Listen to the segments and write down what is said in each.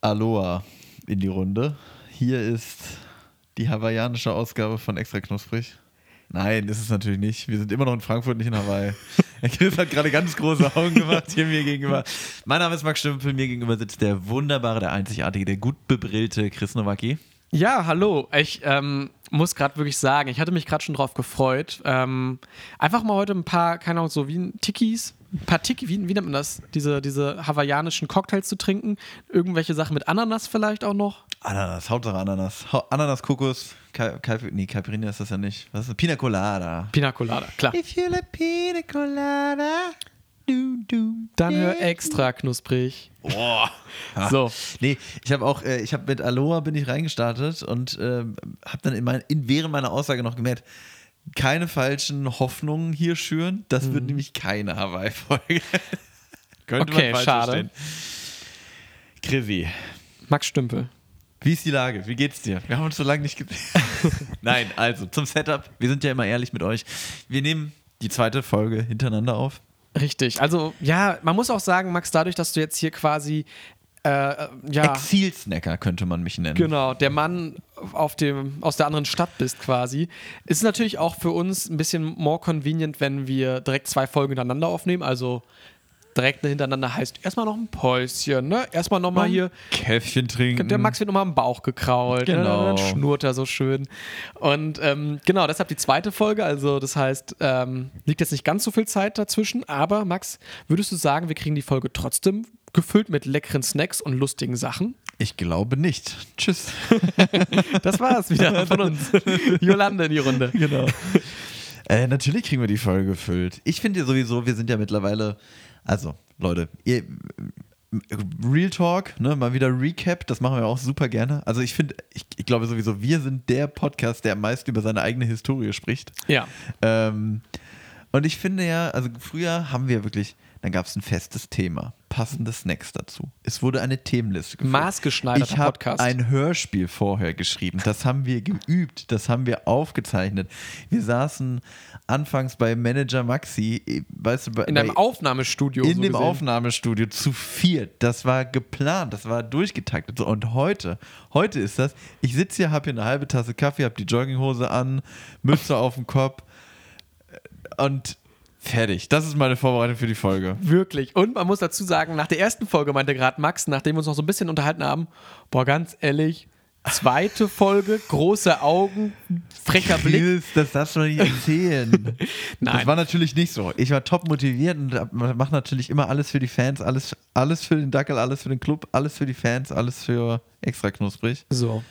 Aloha in die Runde. Hier ist die hawaiianische Ausgabe von Extra Knusprig. Nein, ist es natürlich nicht. Wir sind immer noch in Frankfurt, nicht in Hawaii. Herr Chris hat gerade ganz große Augen gemacht hier mir gegenüber. Mein Name ist Max Stümpel, mir gegenüber sitzt der wunderbare, der einzigartige, der gut bebrillte Chris Nowacki. Ja, hallo. Ich ähm, muss gerade wirklich sagen, ich hatte mich gerade schon drauf gefreut. Ähm, einfach mal heute ein paar, keine Ahnung, so wie ein Tikis, ein paar Tiki, wie, wie nennt man das? Diese, diese hawaiianischen Cocktails zu trinken. Irgendwelche Sachen mit Ananas vielleicht auch noch. Ananas, Hauptsache Ananas. Ha Ananas, Kokos, Ka Ka nee, Caipirinha ist das ja nicht. Was ist das? Pina Colada. Pina Colada, klar. If you like Pina Colada, du, du. Dann hör extra knusprig. Boah. So. Nee, ich habe auch, äh, ich habe mit Aloha bin ich reingestartet und ähm, habe dann in mein, in, während meiner Aussage noch gemerkt, keine falschen Hoffnungen hier schüren. Das Mhm. wird nämlich keine Hawaii-Folge. Könnte man Okay, falsch schade. verstehen. Krivi, Max Stümpel. wie ist die Lage? Wie geht's dir? Wir haben uns so lange nicht gesehen. Nein, also zum Setup. Wir sind ja immer ehrlich mit euch. Wir nehmen die zweite Folge hintereinander auf. Richtig. Also, ja, man muss auch sagen, Max, dadurch, dass du jetzt hier quasi, äh, äh, ja, Exil-Snacker könnte man mich nennen. Genau, der Mann auf dem, aus der anderen Stadt bist quasi. Ist natürlich auch für uns ein bisschen more convenient, wenn wir direkt zwei Folgen hintereinander aufnehmen. Also direkt hintereinander heißt erstmal noch ein Päuschen, ne? Erstmal nochmal hier. Käffchen trinken. Der Max wird nochmal am Bauch gekrault. Ne? Mhm. Genau. Dann schnurrt er so schön. Und ähm, genau, deshalb die zweite Folge. Also, das heißt, ähm, liegt jetzt nicht ganz so viel Zeit dazwischen. Aber, Max, würdest du sagen, wir kriegen die Folge trotzdem gefüllt mit leckeren Snacks und lustigen Sachen? Ich glaube nicht. Tschüss. Das war's wieder von uns. Jolande in die Runde. genau. äh, natürlich kriegen wir die Folge gefüllt. Ich finde ja sowieso, wir sind ja mittlerweile, also Leute, ihr, Real Talk, ne, mal wieder Recap, das machen wir auch super gerne. Also ich finde, ich, ich glaube sowieso, wir sind der Podcast, der am meisten über seine eigene Historie spricht. Ja. Ähm, und ich finde ja, also früher haben wir wirklich, dann gab es ein festes Thema, passende Snacks dazu. Es wurde eine Themenliste gefüllt. Maßgeschneiderter ich hab Podcast. ein Hörspiel vorher geschrieben. Das haben wir geübt, das haben wir aufgezeichnet. Wir saßen anfangs bei Manager Maxi, eh, weißt du, bei, In einem bei, Aufnahmestudio. in so dem gesehen. Aufnahmestudio zu viert. Das war geplant, das war durchgetaktet. So, Und heute, heute ist das, ich sitze hier, habe hier eine halbe Tasse Kaffee, habe die Jogginghose an, Mütze auf dem Kopf äh, und fertig. Das ist meine Vorbereitung für die Folge. Wirklich. Und man muss dazu sagen, nach der ersten Folge meinte gerade Max, nachdem wir uns noch so ein bisschen unterhalten haben, boah, ganz ehrlich, zweite Folge, große Augen, frecher Blick. Nils, das darfst du doch nicht erzählen. Das Nein. war natürlich nicht so. Ich war top motiviert und hab- mach natürlich immer alles für die Fans, alles, alles für den Dackel, alles für den Club, alles für die Fans, alles für extra knusprig. So.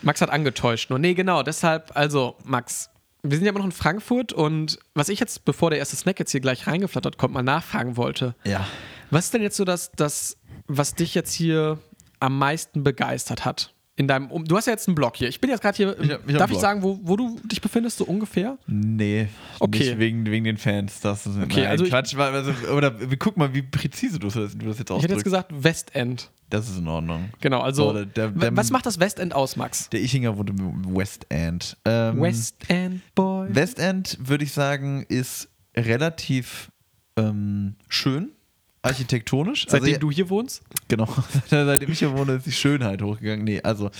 Max hat angetäuscht. Nur nee, genau, deshalb, also Max, wir sind ja immer noch in Frankfurt und was ich jetzt, bevor der erste Snack jetzt hier gleich reingeflattert kommt, mal nachfragen wollte. Ja. Was ist denn jetzt so das, das was dich jetzt hier am meisten begeistert hat? In deinem um du hast ja jetzt einen Blog hier. Ich bin jetzt gerade hier. Ich hab- ich hab darf ich einen Blog. sagen, wo, wo du dich befindest, so ungefähr? Nee, Okay. nicht wegen, wegen den Fans. Das ist Okay, also ich- Quatsch. weil- Also, oder wir- guck mal, wie präzise du das, du das jetzt Ich hätte jetzt ausdrückst. gesagt Westend. das ist in Ordnung. Genau, also. Oder der- der- was macht das Westend aus, Max? Der Ichinger wurde im West End. Ähm, Westend Boy. West End, würde ich sagen, ist relativ ähm, schön, architektonisch. Seitdem also, du hier wohnst? Genau. Seitdem ich hier wohne, ist die Schönheit hochgegangen. Nee, also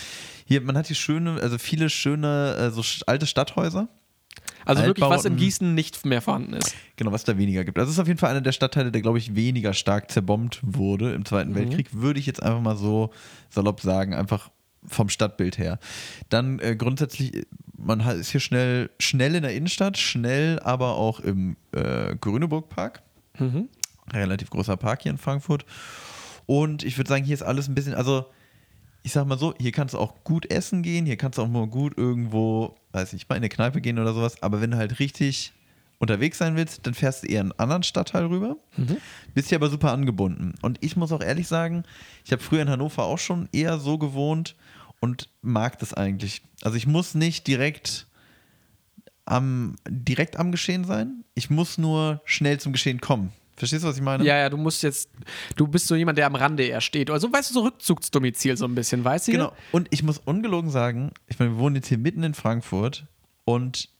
hier, man hat hier schöne, also viele schöne, äh, so sch- alte Stadthäuser. Also wirklich, was Altbauten. in Gießen nicht mehr vorhanden ist. Genau, was da weniger gibt. Also es ist auf jeden Fall einer der Stadtteile, der, glaube ich, weniger stark zerbombt wurde im Zweiten Weltkrieg, würde ich jetzt einfach mal so salopp sagen, einfach vom Stadtbild her. Dann äh, grundsätzlich, äh, man ha- ist hier schnell, schnell in der Innenstadt, schnell aber auch im äh, Grüneburgpark. Relativ großer Park hier in Frankfurt. Und ich würde sagen, hier ist alles ein bisschen, also ich sag mal so, hier kannst du auch gut essen gehen, hier kannst du auch mal gut irgendwo, weiß nicht, mal in eine Kneipe gehen oder sowas, aber wenn du halt richtig unterwegs sein willst, dann fährst du eher in einen anderen Stadtteil rüber, bist hier aber super angebunden. Und ich muss auch ehrlich sagen, ich habe früher in Hannover auch schon eher so gewohnt und mag das eigentlich. Also ich muss nicht direkt am, direkt am Geschehen sein, ich muss nur schnell zum Geschehen kommen. Verstehst du, was ich meine? Ja, ja, du musst jetzt. Du bist so jemand, der am Rande eher steht. Also, weißt du, so Rückzugsdomizil so ein bisschen, weißt du? Genau. Und ich muss ungelogen sagen, ich meine, wir wohnen jetzt hier mitten in Frankfurt und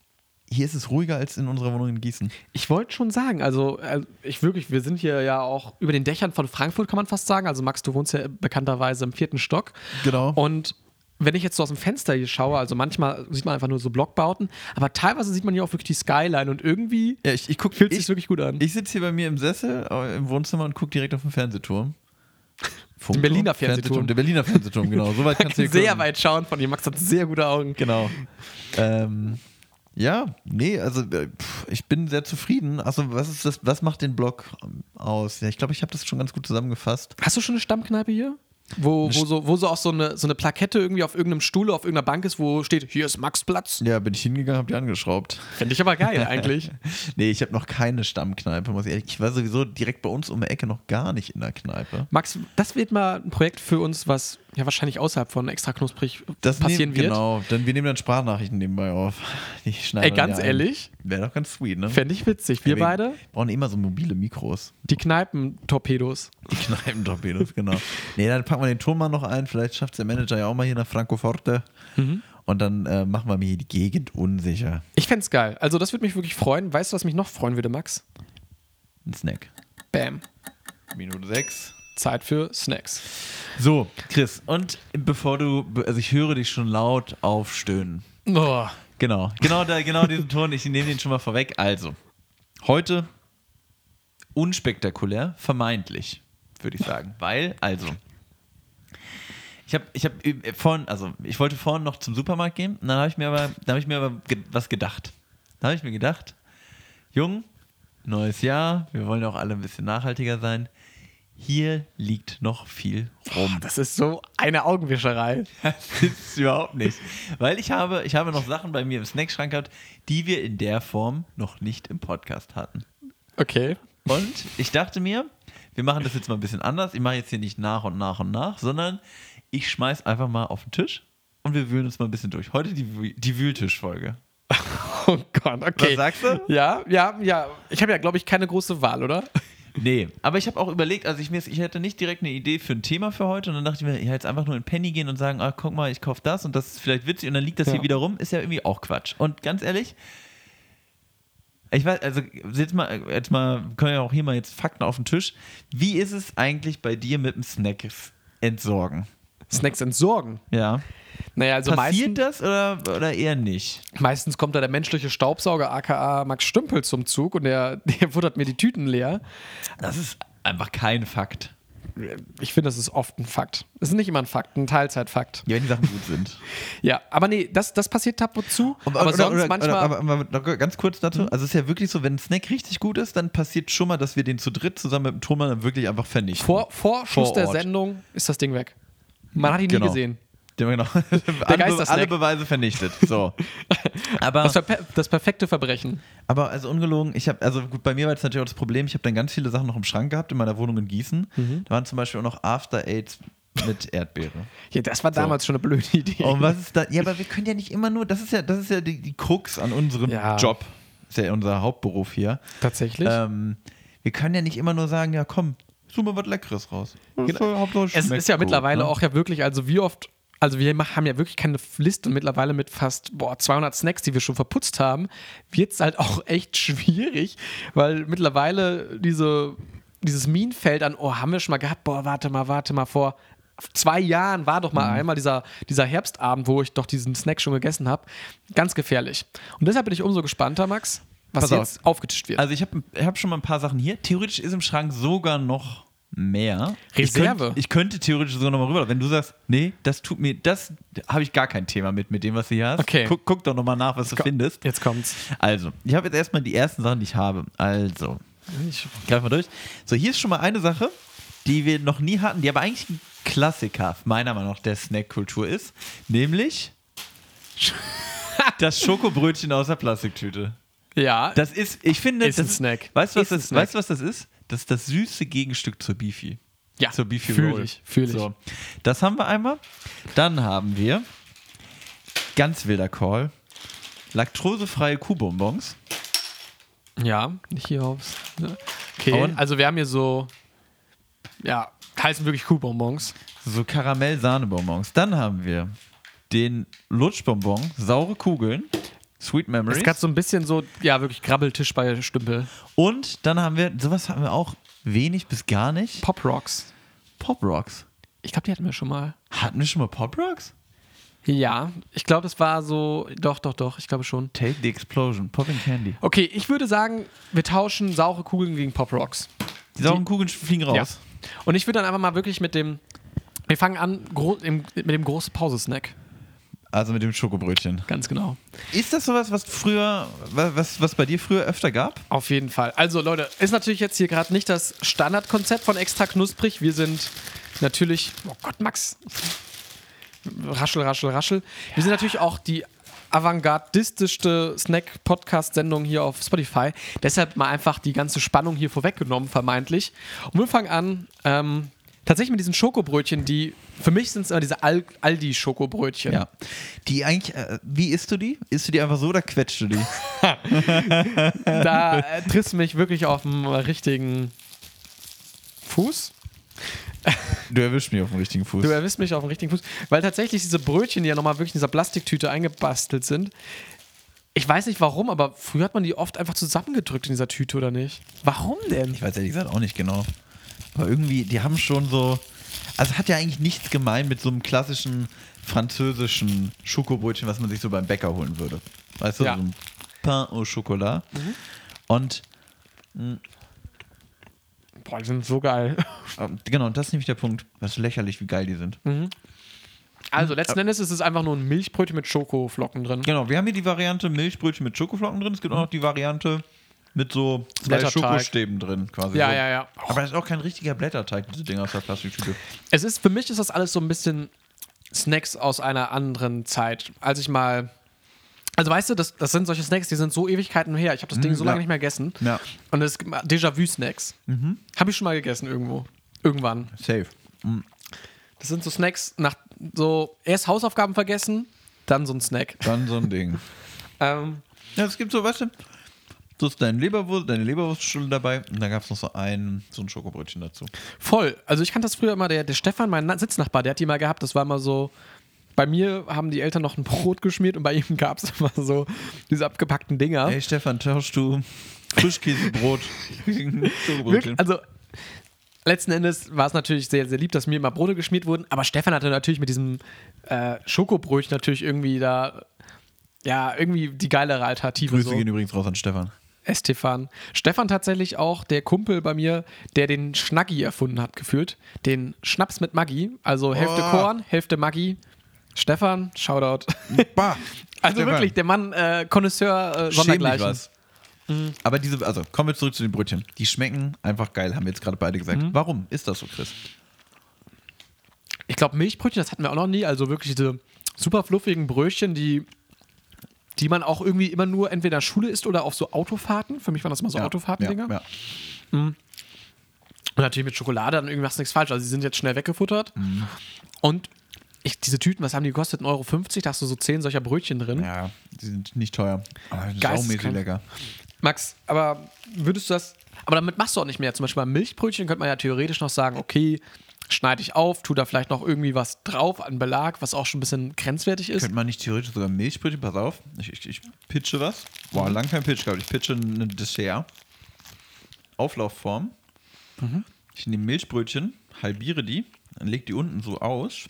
hier ist es ruhiger als in unserer Wohnung in Gießen. Ich wollte schon sagen, also äh, ich wirklich, wir sind hier ja auch über den Dächern von Frankfurt, kann man fast sagen. Also Max, du wohnst ja bekannterweise im vierten Stock. Genau. Und wenn ich jetzt so aus dem Fenster hier schaue, also manchmal sieht man einfach nur so Blockbauten, aber teilweise sieht man hier auch wirklich die Skyline und irgendwie Ja, ich, ich guck, fühlt ich, sich wirklich gut an. ich sitze hier bei mir im Sessel äh, im Wohnzimmer und gucke direkt auf den Fernsehturm. Funkturm? Berliner Fernsehturm. Der Berliner Fernsehturm, genau. So weit Man kannst du kann hier sehr gucken. weit schauen von dir. Max hat sehr gute Augen. Genau. ähm, ja, nee, also äh, pff, ich bin sehr zufrieden. Also was ist das, was macht den Blog ähm, aus? Ja, ich glaube, ich habe das schon ganz gut zusammengefasst. Hast du schon eine Stammkneipe hier? Wo, wo, so, wo so auch so eine, so eine Plakette irgendwie auf irgendeinem Stuhl, auf irgendeiner Bank ist, wo steht, hier ist Max Platz. Ja, bin ich hingegangen, habe die angeschraubt. Fände ich aber geil eigentlich. Nee, ich habe noch keine Stammkneipe, muss ich ehrlich. Ich war sowieso direkt bei uns um die Ecke noch gar nicht in der Kneipe. Max, das wird mal ein Projekt für uns, was ja wahrscheinlich außerhalb von extra knusprig Das passieren nehmen, wird. Genau, denn wir nehmen dann Sprachnachrichten nebenbei auf. Die schneiden wir Ey, ganz ein. ehrlich, Wäre doch ganz sweet, ne? fände ich witzig. Wir Deswegen beide, Brauchen immer so mobile Mikros. die Kneipentorpedos. Die Kneipentorpedos, genau. Nee, dann packen wir den Turm mal noch ein. Vielleicht schafft es der Manager ja auch mal hier nach Francoforte. Mhm. Und dann äh, machen wir mir hier die Gegend unsicher. Ich fände es geil. Also, das würde mich wirklich freuen. Weißt du, was mich noch freuen würde, Max? Ein Snack. Bam. Minute 6. Zeit für Snacks. So, Chris, und bevor du, also ich höre dich schon laut aufstöhnen. Oh. Genau, genau, da, genau diesen Ton, ich nehme den schon mal vorweg. Also, heute unspektakulär, vermeintlich, würde ich sagen. Weil, also, ich habe ich hab üb- vorhin, also, ich wollte vorhin noch zum Supermarkt gehen, und dann habe ich mir aber, da habe ich mir aber ge was gedacht. Da habe ich mir gedacht, Jung, neues Jahr, wir wollen ja auch alle ein bisschen nachhaltiger sein. Hier liegt noch viel rum. Oh, Das ist so eine Augenwischerei. Das ist überhaupt nicht. Weil ich habe, ich habe noch Sachen bei mir im Snackschrank gehabt, die wir in der Form noch nicht im Podcast hatten. Okay. Und ich dachte mir, wir machen das jetzt mal ein bisschen anders. Ich mache jetzt hier nicht nach und nach und nach, sondern ich schmeiß einfach mal auf den Tisch und wir wühlen uns mal ein bisschen durch. Heute die, Wü- die Wühltisch-Folge. Oh Gott, Was okay. sagst du? Ja, ja, ja. Ich habe ja, glaube ich, keine große Wahl, oder? Nee, aber ich habe auch überlegt, also ich, mir, ich hätte nicht direkt eine Idee für ein Thema für heute und dann dachte ich mir, ja, jetzt einfach nur in Penny gehen und sagen, ah, guck mal, ich kaufe das und das ist vielleicht witzig und dann liegt das Ja. hier wieder rum, ist ja irgendwie auch Quatsch. Und ganz ehrlich, ich weiß, also jetzt mal, jetzt mal, können ja auch hier mal jetzt Fakten auf den Tisch. Wie ist es eigentlich bei dir mit dem Snack entsorgen? Snacks entsorgen. Ja. Naja, also Passiert meistens, das oder, oder eher nicht? meistens kommt da der menschliche Staubsauger, aka Max Stümpel, zum Zug und der, der futtert mir die Tüten leer. Das ist einfach kein Fakt. Ich finde, das ist oft ein Fakt. Das ist nicht immer ein Fakt, ein Teilzeitfakt. Ja, wenn die Sachen gut sind. Ja, aber nee, das, das passiert ab und zu. Und- aber oder- sonst oder- manchmal. Mhm. Oder, aber, aber noch ganz kurz dazu. Also es ist ja wirklich so, wenn ein Snack richtig gut ist, dann passiert schon mal, dass wir den zu dritt zusammen mit dem Thomas dann wirklich einfach vernichten. vor, vor Schluss Vor der Ort. Sendung ist das Ding weg. Man hat ihn Genau. nie gesehen. Ja, genau. alle, Be Geistersnack. alle Beweise vernichtet. So. Aber, Das, verpe- das perfekte Verbrechen. aber also ungelogen, ich habe, also gut, bei mir war jetzt natürlich auch das Problem, ich habe dann ganz viele Sachen noch im Schrank gehabt in meiner Wohnung in Gießen. Mhm. Da waren zum Beispiel auch noch After Aids mit Erdbeere. Ja, das war damals schon eine blöde Idee. Und was ist da? Ja, aber wir können ja nicht immer nur, das ist ja, das ist ja die, die Krux an unserem Ja. Job. Ist ja unser Hauptberuf hier. Tatsächlich. Ähm, wir können ja nicht immer nur sagen, ja komm, such mal was Leckeres raus. Das ist ja Hauptsache, Es schmeckt ist ja gut, mittlerweile ne? auch ja wirklich, also wie oft, also wir ma- haben ja wirklich keine F- Liste und mittlerweile mit fast boah, 200 Snacks, die wir schon verputzt haben, wird es halt auch echt schwierig, weil mittlerweile diese, dieses Minenfeld an, oh, haben wir schon mal gehabt, boah, warte mal, warte mal, vor zwei Jahren war doch mal Mhm. einmal dieser, dieser Herbstabend, wo ich doch diesen Snack schon gegessen habe, ganz gefährlich. Und deshalb bin ich umso gespannter, Max, was Pass auf. jetzt aufgetischt wird. Also ich habe ich hab schon mal ein paar Sachen hier. Theoretisch ist im Schrank sogar noch mehr. Ich Reserve. könnte, ich könnte theoretisch sogar noch mal rüber. Wenn du sagst, nee, das tut mir, das habe ich gar kein Thema mit, mit dem, was du hier hast. Okay. Guck, guck doch noch mal nach, was du Ko- findest. Jetzt kommt's. Also, ich habe jetzt erstmal die ersten Sachen, die ich habe. Also, Ich, Greifen wir durch. So, hier ist schon mal eine Sache, die wir noch nie hatten, die aber eigentlich ein Klassiker meiner Meinung nach der Snackkultur ist, nämlich das Schokobrötchen aus der Plastiktüte. ja, Das ist, ich finde, Ist das ein Snack. Weißt du, was Ist ein das, Snack. weißt du, was das ist? Das ist das süße Gegenstück zur Beefy. Ja, zur Beefy fühl Roll. ich, fühl ich. So, das haben wir einmal. Dann haben wir ganz wilder Call. Laktosefreie Kuhbonbons. Ja, nicht hier aufs. ne? Okay, Und- also wir haben hier so. Ja, heißen wirklich Kuhbonbons. So Karamell-Sahnebonbons. Dann haben wir den Lutschbonbon, saure Kugeln. Sweet Memories. Ist gerade so ein bisschen so, ja, wirklich Grabbeltisch bei Stümpel. Und dann haben wir, sowas hatten wir auch wenig bis gar nicht. Pop Rocks. Pop Rocks. Ich glaube, die hatten wir schon mal. Hatten wir schon mal Pop Rocks? Ja, ich glaube, das war so. Doch, doch, doch, ich glaube schon. Take the Explosion, Popping Candy. Okay, ich würde sagen, wir tauschen saure Kugeln gegen Pop Rocks. Die sauren Kugeln fliegen raus. Ja. Und ich würde dann einfach mal wirklich mit dem. Wir fangen an gro im, mit dem großen Pause-Snack. Also mit dem Schokobrötchen. Ganz genau. Ist das sowas, was früher, wa- was, was bei dir früher öfter gab? Auf jeden Fall. Also, Leute, ist natürlich jetzt hier gerade nicht das Standardkonzept von extra knusprig. Wir sind natürlich. Oh Gott, Max. Raschel, raschel, raschel. Wir sind natürlich auch die avantgardistischste Snack-Podcast-Sendung hier auf Spotify. Deshalb mal einfach die ganze Spannung hier vorweggenommen, vermeintlich. Und wir fangen an. Ähm, Tatsächlich mit diesen Schokobrötchen, die für mich sind es immer diese Al Aldi-Schokobrötchen. Die eigentlich, äh, wie isst du die? Isst du die einfach so oder quetschst du die? da äh, triffst du mich wirklich auf dem richtigen Fuß. du erwischst mich auf dem richtigen Fuß. Du erwisst mich auf dem richtigen Fuß. Weil tatsächlich diese Brötchen, die ja nochmal wirklich in dieser Plastiktüte eingebastelt sind, ich weiß nicht warum, aber früher hat man die oft einfach zusammengedrückt in dieser Tüte, oder nicht? Warum denn? Ich weiß ehrlich gesagt auch nicht genau. Aber irgendwie, die haben schon so. Also hat ja eigentlich nichts gemein mit so einem klassischen französischen Schokobrötchen, was man sich so beim Bäcker holen würde. Weißt du, Ja. so ein Pain au Chocolat. Und Boah, die sind so geil. ähm, genau, und das ist nämlich der Punkt. Das ist lächerlich, wie geil die sind. Also, letzten Endes ist es einfach nur ein Milchbrötchen mit Schokoflocken drin. Genau, wir haben hier die Variante Milchbrötchen mit Schokoflocken drin. Es gibt auch noch die Variante mit so zwei Blätterteig. Schokostäben drin quasi. Ja, so. ja, ja. Aber das ist auch kein richtiger Blätterteig, diese Dinger aus der Plastiktüte. Es ist, für mich ist das alles so ein bisschen Snacks aus einer anderen Zeit. Als ich mal. Also weißt du, das, das sind solche Snacks, die sind so Ewigkeiten her. Ich habe das Ding so ja. lange nicht mehr gegessen. Ja. Und es gibt mal Déjà-vu-Snacks. Habe ich schon mal gegessen irgendwo. Irgendwann. Safe. Das sind so Snacks nach so erst Hausaufgaben vergessen, dann so ein Snack. Dann so ein Ding. Ähm, Ja, es gibt so, weißt du, du hast deine Leberwurst, deine Leberwurst schon dabei und dann gab es noch so ein, so ein Schokobrötchen dazu. voll. Also ich kannte das früher immer, der, der Stefan, mein Na Sitznachbar, der hat die mal gehabt, das war immer so. Bei mir haben die Eltern noch ein Brot geschmiert und bei ihm gab es immer so diese abgepackten Dinger. Hey Stefan, tauschst du Frischkäsebrot gegen Schokobrötchen? Wirklich, also letzten Endes war es natürlich sehr, sehr lieb, dass mir immer Brote geschmiert wurden, aber Stefan hatte natürlich mit diesem äh, Schokobrötchen natürlich irgendwie da, ja, irgendwie die geilere Alternative. Grüße so. gehen übrigens raus an Stefan. Estefan. Äh, Stefan tatsächlich auch der Kumpel bei mir, der den Schnaggi erfunden hat, gefühlt. Den Schnaps mit Maggi. Also Hälfte Oh. Korn, Hälfte Maggi. Stefan, Shoutout. Bah, Also Stefan, wirklich, der Mann, äh, Connoisseur, äh, schäm dich Sondergleichen. Mhm. was. Aber diese, also kommen wir zurück zu den Brötchen. Die schmecken einfach geil, haben wir jetzt gerade beide gesagt. Mhm. Warum ist das so, Chris? Ich glaube, Milchbrötchen, das hatten wir auch noch nie. Also wirklich diese super fluffigen Brötchen, die, die man auch irgendwie immer nur entweder in der Schule isst oder auf so Autofahrten. Für mich waren das immer so Ja, Autofahrten-Dinger. Ja, ja. Und natürlich mit Schokolade, dann irgendwie machst du nichts falsch. Also die sind jetzt schnell weggefuttert. Und ich, diese Tüten, was haben die gekostet? 1,50 Euro? Da hast du so 10 solcher Brötchen drin. ja, die sind nicht teuer. Aber saumäßig Geisteskrank. lecker. Max, aber würdest du das. Aber damit machst du auch nicht mehr. Zum Beispiel beim Milchbrötchen könnte man ja theoretisch noch sagen, okay, schneide ich auf, tu da vielleicht noch irgendwie was drauf, an Belag, was auch schon ein bisschen grenzwertig ist. Könnte man nicht theoretisch sogar Milchbrötchen, pass auf, ich, ich, ich pitche was. Boah, Mhm. lang kein Pitch gehabt. Ich pitche ein Dessert. Auflaufform. Mhm. Ich nehme Milchbrötchen, halbiere die, dann leg die unten so aus.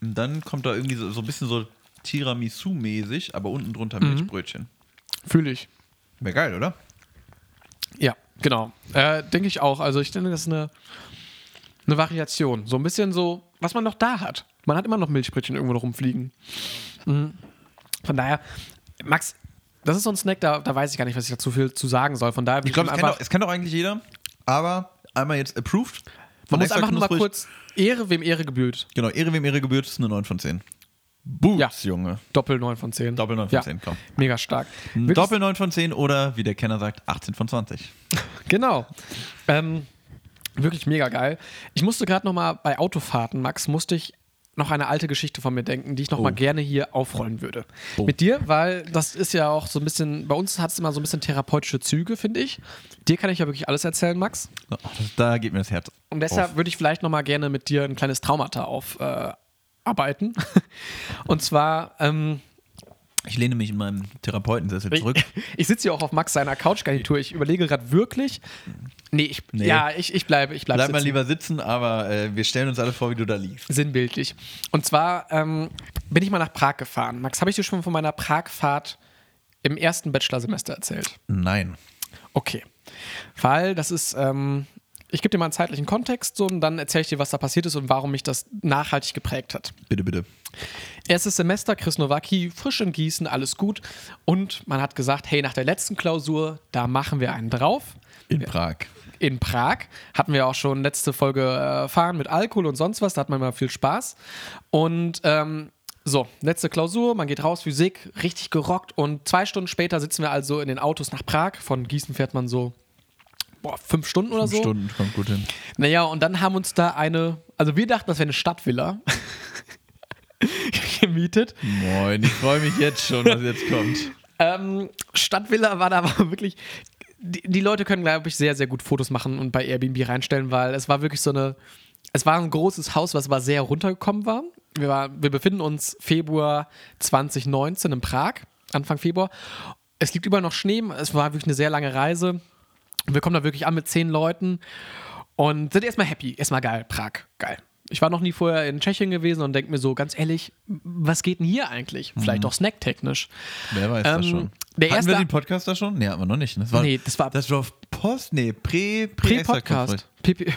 Und dann kommt da irgendwie so, so ein bisschen so Tiramisu-mäßig, aber unten drunter Mhm. Milchbrötchen. Fühle ich. Wäre geil, oder? Ja, genau. Äh, denke ich auch. Also ich denke, das ist eine, eine Variation. So ein bisschen so, was man noch da hat. Man hat immer noch Milchbrötchen irgendwo noch rumfliegen. Mhm. Von daher, Max, das ist so ein Snack, da, da weiß ich gar nicht, was ich dazu viel zu sagen soll. Von daher, Ich glaube, es, kann doch- es kann doch eigentlich jeder, aber einmal jetzt approved. man Von muss extra einfach nur mal knusprig. kurz Ehre, wem Ehre gebührt. Genau, Ehre wem Ehre gebührt, ist eine 9 von 10. Boots, Junge. Doppel 9 von 10. Doppel 9 von 10, komm. Mega stark. Ein Wirklich- Doppel 9 von 10 oder, wie der Kenner sagt, 18 von 20. Genau. Ähm, wirklich mega geil. Ich musste gerade noch mal bei Autofahrten, Max, musste ich noch eine alte Geschichte von mir denken, die ich noch Oh. mal gerne hier aufrollen würde. Mit dir, weil das ist ja auch so ein bisschen, bei uns hat es immer so ein bisschen therapeutische Züge, finde ich. Dir kann ich ja wirklich alles erzählen, Max. Oh, Da geht mir das Herz. Und deshalb würde ich vielleicht noch mal gerne mit dir ein kleines Traumata aufarbeiten. Äh, arbeiten. Und zwar ähm, Ich lehne mich in meinem Therapeutensessel Ich, zurück. ich sitze hier auch auf Max seiner Couchgarnitur. Ich überlege gerade wirklich. Nee, ich, Nee. ja, ich, ich bleibe. Ich bleibe Bleib mal lieber sitzen, aber äh, wir stellen uns alle vor, wie du da liegst. Sinnbildlich. Und zwar ähm, bin ich mal nach Prag gefahren. Max, habe ich dir schon von meiner Pragfahrt im ersten Bachelorsemester erzählt? Nein. Okay. Weil das ist, ähm, ich gebe dir mal einen zeitlichen Kontext so, und dann erzähle ich dir, was da passiert ist und warum mich das nachhaltig geprägt hat. Bitte, bitte. Erstes Semester, Chris Nowacki, frisch in Gießen, alles gut. Und man hat gesagt, hey, nach der letzten Klausur, da machen wir einen drauf. In Prag. In Prag hatten wir auch schon letzte Folge äh, fahren mit Alkohol und sonst was, da hat man mal viel Spaß. Und ähm, so, letzte Klausur, man geht raus, Physik, richtig gerockt. Und zwei Stunden später sitzen wir also in den Autos nach Prag. Von Gießen fährt man so boah, fünf Stunden oder so. Stunden kommt gut hin. Naja, und dann haben uns da eine, also wir dachten, das wäre eine Stadtvilla gemietet. Moin, ich freue mich jetzt schon, was jetzt kommt. Ähm, Stadtvilla war da aber wirklich. Die, die Leute können, glaube ich, sehr, sehr gut Fotos machen und bei Airbnb reinstellen, weil es war wirklich so eine. Es war ein großes Haus, was aber sehr runtergekommen war. Wir, waren, wir befinden uns Februar 2019 in Prag, Anfang Februar. Es liegt überall noch Schnee, es war wirklich eine sehr lange Reise. Wir kommen da wirklich an mit zehn Leuten und sind erstmal happy, erstmal geil, Prag, geil. Ich war noch nie vorher in Tschechien gewesen und denke mir so, ganz ehrlich, was geht denn hier eigentlich? Vielleicht auch snacktechnisch. Wer weiß das Ähm, schon. der Hatten erste- wir den Podcast da schon? Nee, hatten wir noch nicht. ne? Das war, Nee, das war- das war auf Post, nee, Prä, Prä- Pre-Podcast. PP.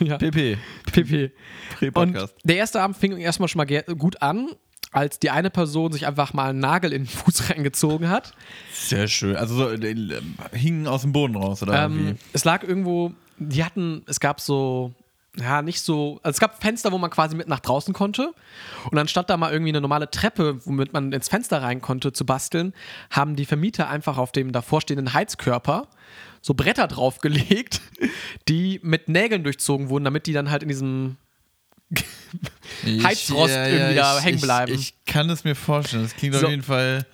Ja. PP. PP. Und Prä-Podcast. der erste Abend fing erstmal schon mal ge- gut an, als die eine Person sich einfach mal einen Nagel in den Fuß reingezogen hat. Sehr schön. Also so, äh, ähm, hingen aus dem Boden raus, oder Ähm, irgendwie. es lag irgendwo, die hatten, es gab so, ja, nicht so, also es gab Fenster, wo man quasi mit nach draußen konnte. Und anstatt da mal irgendwie eine normale Treppe, womit man ins Fenster rein konnte, zu basteln, haben die Vermieter einfach auf dem davorstehenden Heizkörper so Bretter draufgelegt, die mit Nägeln durchzogen wurden, damit die dann halt in diesem Ich- Heizrost irgendwie da hängen bleiben. Ich, ich kann es mir vorstellen. Das klingt So. auf jeden Fall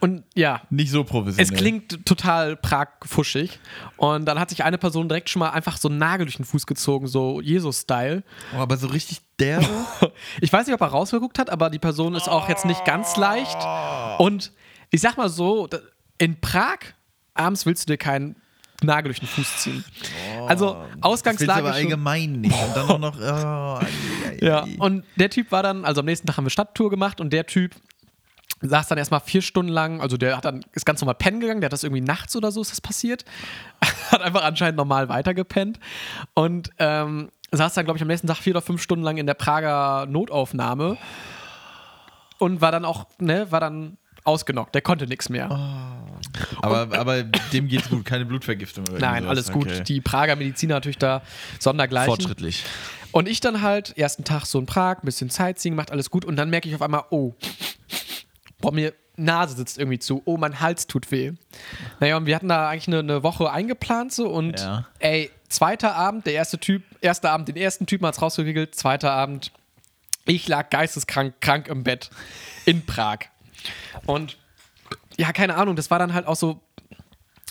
und ja, nicht so professionell. Es klingt total pragfuschig. Und dann hat sich eine Person direkt schon mal einfach so einen Nagel durch den Fuß gezogen, so Jesus-Style. Oh, aber so richtig derbe. Ich weiß nicht, ob er rausgeguckt hat, aber die Person ist auch jetzt nicht ganz leicht. Und ich sag mal so, da- in Prag abends willst du dir keinen Nagel durch den Fuß ziehen. Oh. Also Das willst du Ausgangslage aber schon- allgemein nicht. Und dann auch noch. Oh, ei, ei, ei. Ja, und der Typ war dann, also am nächsten Tag haben wir Stadttour gemacht und der Typ saß dann erstmal vier Stunden lang, also der hat dann, ist ganz normal pennen gegangen, der hat das irgendwie nachts oder so ist das passiert, hat einfach anscheinend normal weitergepennt und ähm, saß dann, glaube ich, am nächsten Tag vier oder fünf Stunden lang in der Prager Notaufnahme und war dann auch, ne, war dann ausgenockt, der konnte nichts mehr. aber, aber dem geht's gut. Keine Blutvergiftung. Oder Nein, irgendwas. alles gut. Okay. Die Prager Mediziner natürlich da sondergleichen. Fortschrittlich. Und ich dann halt, ersten Tag so in Prag, bisschen Sightseeing, macht alles gut. Und dann merke ich auf einmal, oh, boah, mir Nase sitzt irgendwie zu. Oh, mein Hals tut weh. Naja, und wir hatten da eigentlich eine, eine Woche eingeplant so. Und Ja. ey, zweiter Abend, der erste Typ, erster Abend, den ersten Typen hat's rausgewickelt. Zweiter Abend, ich lag geisteskrank krank im Bett in Prag. Und ja, keine Ahnung, das war dann halt auch so,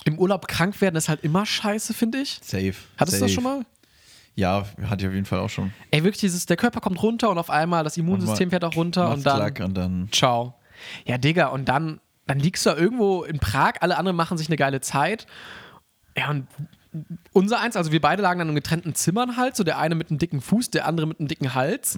im Urlaub krank werden ist halt immer scheiße, finde ich. Safe. Hattest du Safe. das schon mal? Ja, hatte ich auf jeden Fall auch schon. Ey, wirklich, dieses, der Körper kommt runter und auf einmal das Immunsystem mal- fährt auch runter Macht's und dann. Klack und dann. Ciao. Ja, Digga, und dann, dann liegst du da irgendwo in Prag, alle anderen machen sich eine geile Zeit. Ja, und unser eins, also wir beide lagen dann in getrennten Zimmern halt, so der eine mit einem dicken Fuß, der andere mit einem dicken Hals.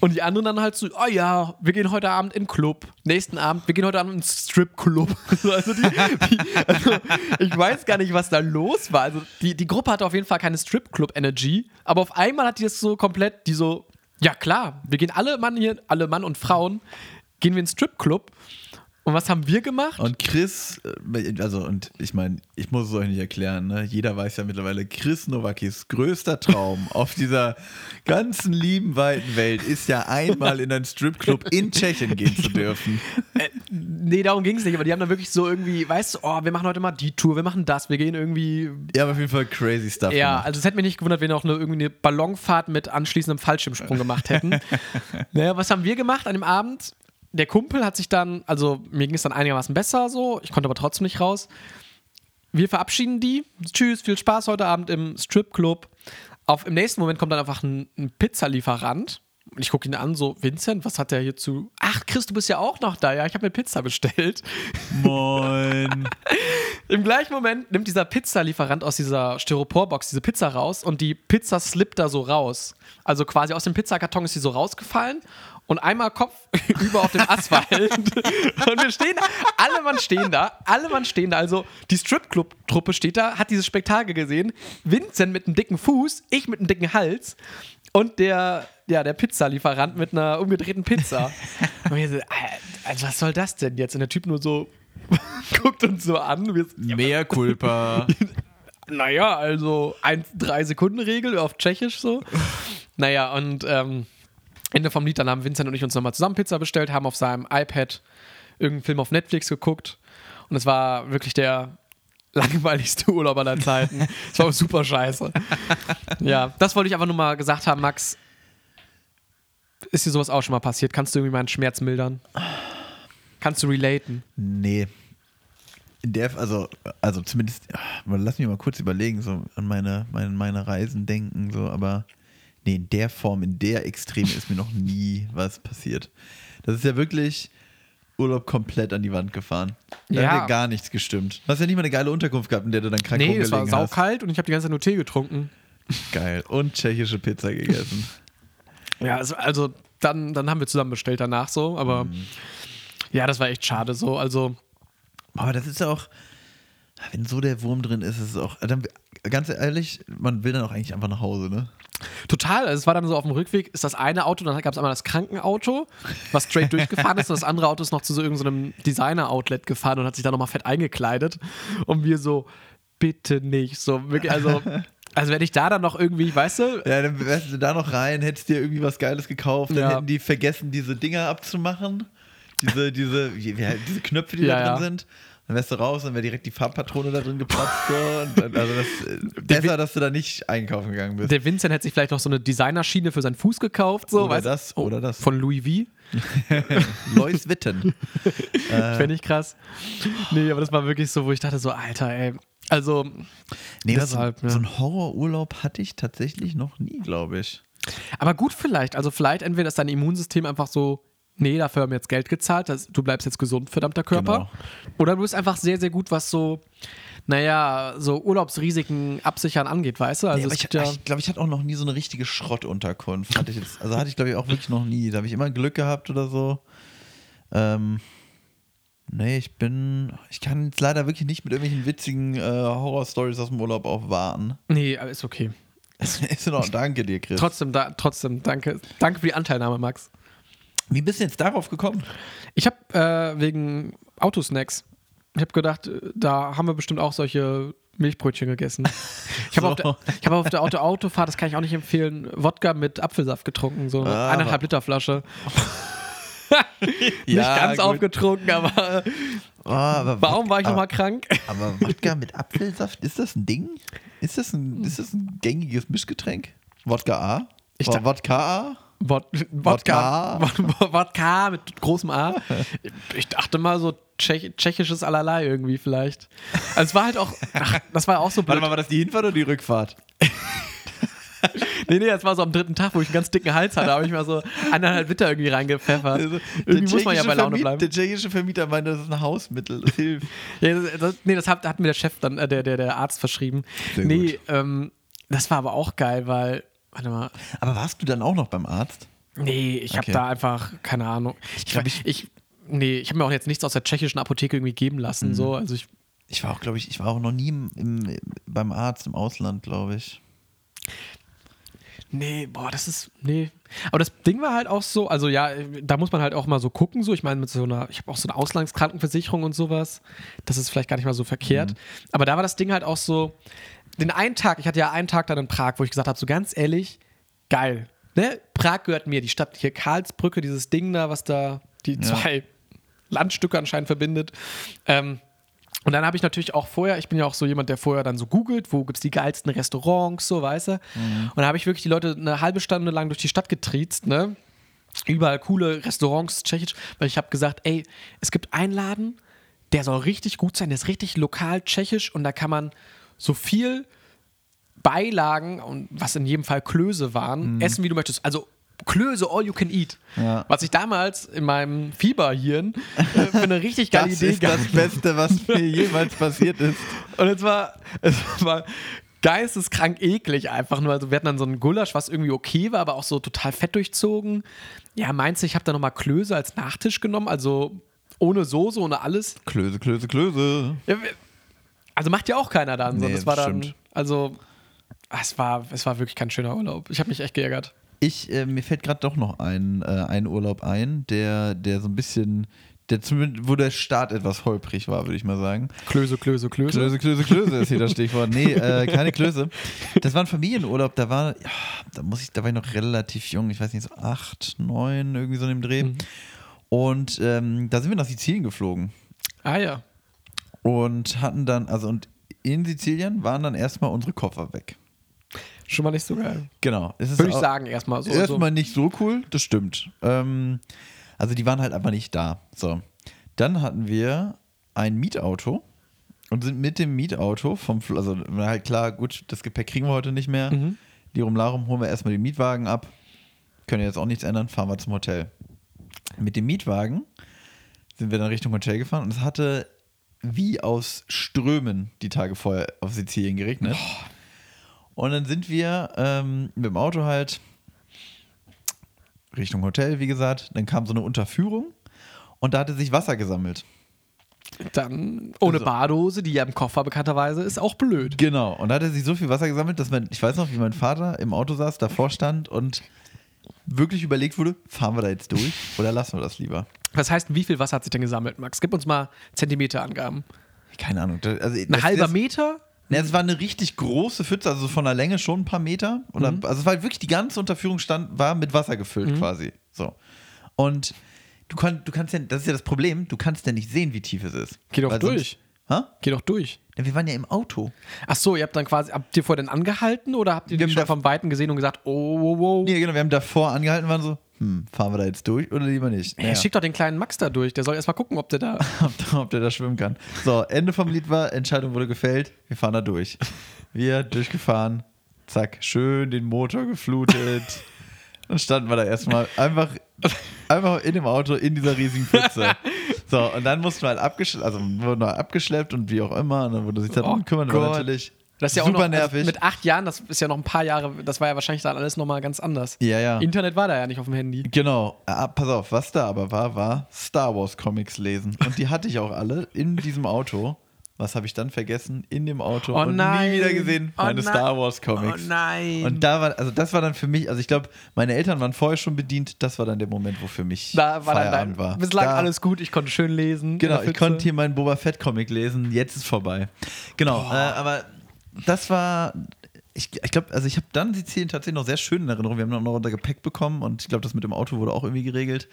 Und die anderen dann halt so, oh ja, wir gehen heute Abend in den Club. Nächsten Abend, wir gehen heute Abend in den Stripclub. So, also, die, die, also ich weiß gar nicht, was da los war. Also die, die Gruppe hatte auf jeden Fall keine Stripclub-Energy, aber auf einmal hat die das so komplett, die so, ja klar, wir gehen alle Mann hier, alle Mann und Frauen, gehen wir in den Stripclub. Und was haben wir gemacht? Und Chris, äh, also und ich meine, ich muss es euch nicht erklären, ne? jeder weiß ja mittlerweile, Chris Nowakis größter Traum auf dieser ganzen lieben weiten Welt ist ja einmal in einen Stripclub in Tschechien gehen zu dürfen. Nee, darum ging es nicht, aber die haben dann wirklich so irgendwie, weißt du, oh, wir machen heute mal die Tour, wir machen das, wir gehen irgendwie. Ja, aber auf jeden Fall crazy stuff. Ja, gemacht. also es hätte mich nicht gewundert, wenn die auch eine, irgendwie eine Ballonfahrt mit anschließendem Fallschirmsprung gemacht hätten. naja, was haben wir gemacht an dem Abend? Der Kumpel hat sich dann, also mir ging es dann einigermaßen besser so, ich konnte aber trotzdem nicht raus. Wir verabschieden die. Tschüss, viel Spaß heute Abend im Stripclub. Auf, Im nächsten Moment kommt dann einfach ein, ein Pizzalieferant. Und ich gucke ihn an, so, Vincent, was hat der hier zu. Ah, ach Chris, du bist ja auch noch da. Ja, ich habe mir Pizza bestellt. Moin. Im gleichen Moment nimmt dieser Pizzalieferant aus dieser Styroporbox diese Pizza raus und die Pizza slippt da so raus. Also quasi aus dem Pizzakarton ist sie so rausgefallen und einmal Kopf über auf dem Asphalt. und wir stehen, alle Mann stehen da, alle Mann stehen da. Also die Stripclub-Truppe steht da, hat dieses Spektakel gesehen. Vincent mit einem dicken Fuß, ich mit einem dicken Hals und der, ja, der Pizzalieferant mit einer umgedrehten Pizza. und wir so, äh, also was soll das denn jetzt? Und der Typ nur so guckt uns so an. Wir, so, Mehr Culpa. naja, also 1-3-Sekunden-Regel auf Tschechisch so. Naja, und ähm, Ende vom Lied, dann haben Vincent und ich uns nochmal zusammen Pizza bestellt, haben auf seinem iPad irgendeinen Film auf Netflix geguckt. Und es war wirklich der langweiligste Urlaub aller Zeiten. Es war super scheiße. Ja, das wollte ich einfach nur mal gesagt haben, Max. Ist dir sowas auch schon mal passiert? Kannst du irgendwie meinen Schmerz mildern? Kannst du relaten? Nee. In der, also, also zumindest, mal- lass mich mal kurz überlegen, so an meine, meine, meine Reisen denken, so, aber nee, in der Form, in der Extreme ist mir noch nie was passiert. Das ist ja wirklich Urlaub komplett an die Wand gefahren. Da Ja. hat ja gar nichts gestimmt. Du hast ja nicht mal eine geile Unterkunft gehabt, in der du dann krank Nee, es war rumgelegen hast. saukalt und ich habe die ganze Zeit nur Tee getrunken. Geil. Und tschechische Pizza gegessen. Ja, also, also dann, dann haben wir zusammen bestellt danach so, aber Mhm. ja, das war echt schade so. Also, Aber das ist ja auch, wenn so der Wurm drin ist, ist es auch, dann, ganz ehrlich, man will dann auch eigentlich einfach nach Hause, ne? Total, also es war dann so auf dem Rückweg, ist das eine Auto, dann gab es einmal das Krankenauto, was straight durchgefahren ist und das andere Auto ist noch zu so irgendeinem Designer-Outlet gefahren und hat sich da nochmal fett eingekleidet und wir so, bitte nicht, so wirklich, also, also wenn ich da dann noch irgendwie, weißt du, Ja, dann wärst du da noch rein, hättest dir irgendwie was Geiles gekauft, dann Ja. hätten die vergessen, diese Dinger abzumachen. Diese, diese, wie- wie- diese Knöpfe, die Ja, da drin ja. sind. Dann wärst du raus, dann wäre direkt die Farbpatrone da drin geplatzt. So, und dann, also das, äh, besser, dass du da nicht einkaufen gegangen bist. der Vincent hätte sich vielleicht noch so eine Designerschiene für seinen Fuß gekauft, so, Oder weißt du. Oh, das, oder das. Von Louis V. Lois Witten. Äh. Fände ich krass. Nee, aber das war wirklich so, wo ich dachte so, Alter, ey. Also, Nee, Deshalb, so, ja. so einen Horrorurlaub hatte ich tatsächlich noch nie, glaube ich. Aber gut vielleicht. Also vielleicht entweder ist dein Immunsystem einfach so, nee, dafür haben wir jetzt Geld gezahlt, das, du bleibst jetzt gesund, verdammter Körper. Genau. Oder du bist einfach sehr, sehr gut, was so, naja, so Urlaubsrisiken absichern angeht, weißt du? Nee, Also aber es ich gibt ja, ich glaube, ich hatte auch noch nie so eine richtige Schrottunterkunft. Hatte ich jetzt, also hatte ich, glaube ich, auch wirklich noch nie. Da habe ich immer Glück gehabt oder so. Ähm, nee, ich bin. Ich kann jetzt leider wirklich nicht mit irgendwelchen witzigen äh, Horror-Stories aus dem Urlaub aufwarten. nee, aber ist okay. Ist in Ordnung. Danke dir, Chris. Trotzdem, da, trotzdem, danke. Danke für die Anteilnahme, Max. Wie bist du jetzt darauf gekommen? Ich habe äh, wegen Autosnacks, ich habe gedacht, äh, da haben wir bestimmt auch solche Milchbrötchen gegessen. Ich habe So. auf der, ich hab auf der Auto Autofahrt, das kann ich auch nicht empfehlen, Wodka mit Apfelsaft getrunken, so eine Ah, eineinhalb aber- Liter Flasche. Ja, nicht ganz gut. aufgetrunken, aber äh, Oh, aber warum war ich Wod- nochmal krank? Aber, aber Wodka mit Apfelsaft, ist das ein Ding? Ist das ein, ist das ein gängiges Mischgetränk? Wodka A? Ich Oder dach- Wodka A? Wod Wodka. Wod- Wodka mit großem A. Ich dachte mal so Tschech tschechisches Allerlei irgendwie vielleicht. Also es war halt auch, ach, das war auch so blöd. Warte mal, war das die Hinfahrt oder die Rückfahrt? Nee, nee, das war so am dritten Tag, wo ich einen ganz dicken Hals hatte, habe ich mal so eineinhalb Liter irgendwie reingepfeffert. Also, der irgendwie muss man ja tschechische bei Laune Vermiet- bleiben. Der tschechische Vermieter meinte, das ist ein Hausmittel, das hilft. Ja, das, das, nee, das hat, hat mir der Chef dann, äh, der, der, der Arzt verschrieben. Sehr nee, ähm, das war aber auch geil, weil, warte mal, Aber warst du dann auch noch beim Arzt? nee, ich habe Okay. da einfach, keine Ahnung. Ich, glaub, ich, ich- nee, ich habe mir auch jetzt nichts aus der tschechischen Apotheke irgendwie geben Mhm. lassen, so, also ich, Ich war auch, glaube ich, ich war auch noch nie im, im, beim Arzt im Ausland, glaube ich. Nee, boah, das ist. Nee. Aber das Ding war halt auch so, also ja, da muss man halt auch mal so gucken, so. Ich meine, mit so einer, ich habe auch so eine Auslandskrankenversicherung und sowas. Das ist vielleicht gar nicht mal so verkehrt. Aber da war das Ding halt auch so, den einen Tag, ich hatte ja einen Tag dann in Prag, wo ich gesagt habe, so ganz ehrlich, geil. Ne? Prag gehört mir, die Stadt hier, Karlsbrücke, dieses Ding da, was da die zwei Landstücke anscheinend verbindet. Ähm, und dann habe ich natürlich auch vorher, ich bin ja auch so jemand, der vorher dann so googelt, wo gibt es die geilsten Restaurants, so, weißt du. Mhm. Und da habe ich wirklich die Leute eine halbe Stunde lang durch die Stadt getriezt, ne? Überall coole Restaurants, tschechisch, weil ich habe gesagt, ey, es gibt einen Laden, der soll richtig gut sein, der ist richtig lokal tschechisch und da kann man so viel Beilagen und was in jedem Fall Klöße waren, essen wie du möchtest. Also Klöße all you can eat. Mhm. Ja. Was ich damals in meinem Fieberhirn äh, für eine richtig geile das Idee ist das gab. Beste, was mir jemals passiert ist. Und es war, es war geisteskrank eklig einfach nur. Also wir hatten dann so einen Gulasch, was irgendwie okay war, aber auch so total fett durchzogen. Ja, meinst du, ich habe da nochmal Klöße als Nachtisch genommen, also ohne Soße, ohne alles. Klöße, Klöße, Klöße. Ja, wir- Also macht ja auch keiner dann. Nee, sondern es das war dann, stimmt. also ah, es war, es war wirklich kein schöner Urlaub. Ich habe mich echt geärgert. Ich, äh, mir fällt gerade doch noch ein, äh, ein Urlaub ein, der, der so ein bisschen, der zumindest, wo der Start etwas holprig war, würde ich mal sagen. Klöße, Klöße, Klöße. Klöße, Klöße, Klöße ist hier das Stichwort. Nee, äh, keine Klöße. Das war ein Familienurlaub, da war, ja, da muss ich, da war ich noch relativ jung, ich weiß nicht, so acht, neun, irgendwie so in dem Dreh. Und ähm, da sind wir nach Sizilien geflogen Ah ja. und hatten dann, also und in Sizilien waren dann erstmal unsere Koffer weg. Schon mal nicht so geil. Genau. Es ist Würde ich au- sagen, erstmal so. also erstmal nicht so cool, das stimmt. Ähm, also die waren halt einfach nicht da. So. Dann hatten wir ein Mietauto und sind mit dem Mietauto vom Fl also na halt klar, gut, das Gepäck kriegen wir heute nicht mehr. Mhm. Lirum Larum holen wir erstmal den Mietwagen ab. Können jetzt auch nichts ändern, fahren wir zum Hotel. Mit dem Mietwagen sind wir dann Richtung Hotel gefahren und es hatte wie aus Strömen die Tage vorher auf Sizilien geregnet. Und dann sind wir ähm, mit dem Auto halt Richtung Hotel, wie gesagt. Dann kam so eine Unterführung und da hatte sich Wasser gesammelt. so. Dann ohne Also- Badose, die ja im Koffer bekannterweise ist, auch blöd. Genau. Und da hatte sich so viel Wasser gesammelt, dass man, ich weiß noch, wie mein Vater im Auto saß, davor stand und wirklich überlegt wurde, fahren wir da jetzt durch oder lassen wir das lieber? Was heißt, wie viel Wasser hat sich denn gesammelt, Max? Gib uns mal Zentimeterangaben. Keine Ahnung. Da- Also, Ein das- halber das- Meter? Ja, Ne, es war eine richtig große Pfütze, also von der Länge schon ein paar Meter. Oder, Mhm. Also es war wirklich die ganze Unterführung stand, war mit Wasser gefüllt quasi. So. Und du, kann, du kannst ja, das ist ja das Problem, du kannst ja nicht sehen, wie tief es ist. Geh doch Weil durch. Sonst, hä? Geh doch durch. Ja, wir waren ja im Auto. Ach so, ihr habt dann quasi, habt ihr vorher denn angehalten oder habt ihr Wir haben die schon da- vom Weiten gesehen und gesagt, oh, wow, wow. Nee, genau, wir haben davor angehalten und waren so, hm, fahren wir da jetzt durch oder lieber nicht? Ja. Schick doch den kleinen Max da durch, der soll erstmal gucken, ob der da. ob, ob der da schwimmen kann. So, Ende vom Lied war, Entscheidung wurde gefällt, wir fahren da durch. Wir durchgefahren, zack, schön den Motor geflutet. Dann standen wir da erstmal einfach, einfach in dem Auto in dieser riesigen Pfütze. So, und dann mussten wir halt abgeschleppt, also wurden wir abgeschleppt und wie auch immer, und dann wurde sich darum Oh kümmern, aber Gott. natürlich. Das ist ja auch super noch, also nervig. Mit acht Jahren, das ist ja noch ein paar Jahre, das war ja wahrscheinlich dann alles nochmal ganz anders. ja, ja. Internet war da ja nicht auf dem Handy. Genau, ah, pass auf, was da aber war, war Star Wars Comics lesen. Und die hatte ich auch alle in diesem Auto. Was habe ich dann vergessen? In dem Auto Oh und nein. nie wieder gesehen. Oh Meine nein. Star Wars Comics. nein. Und da war, also das war dann für mich, also ich glaube, meine Eltern waren vorher schon bedient, das war dann der Moment, wo für mich Da war dann Feierabend dein, war. bislang da, alles gut, ich konnte schön lesen. in Genau, der ich konnte Pfütze. hier meinen Boba Fett Comic lesen, jetzt ist vorbei. Genau, äh, aber das war, ich, ich glaube, also ich habe dann Sizilien tatsächlich noch sehr schön in Erinnerung. Wir haben noch unser Gepäck bekommen und ich glaube, das mit dem Auto wurde auch irgendwie geregelt.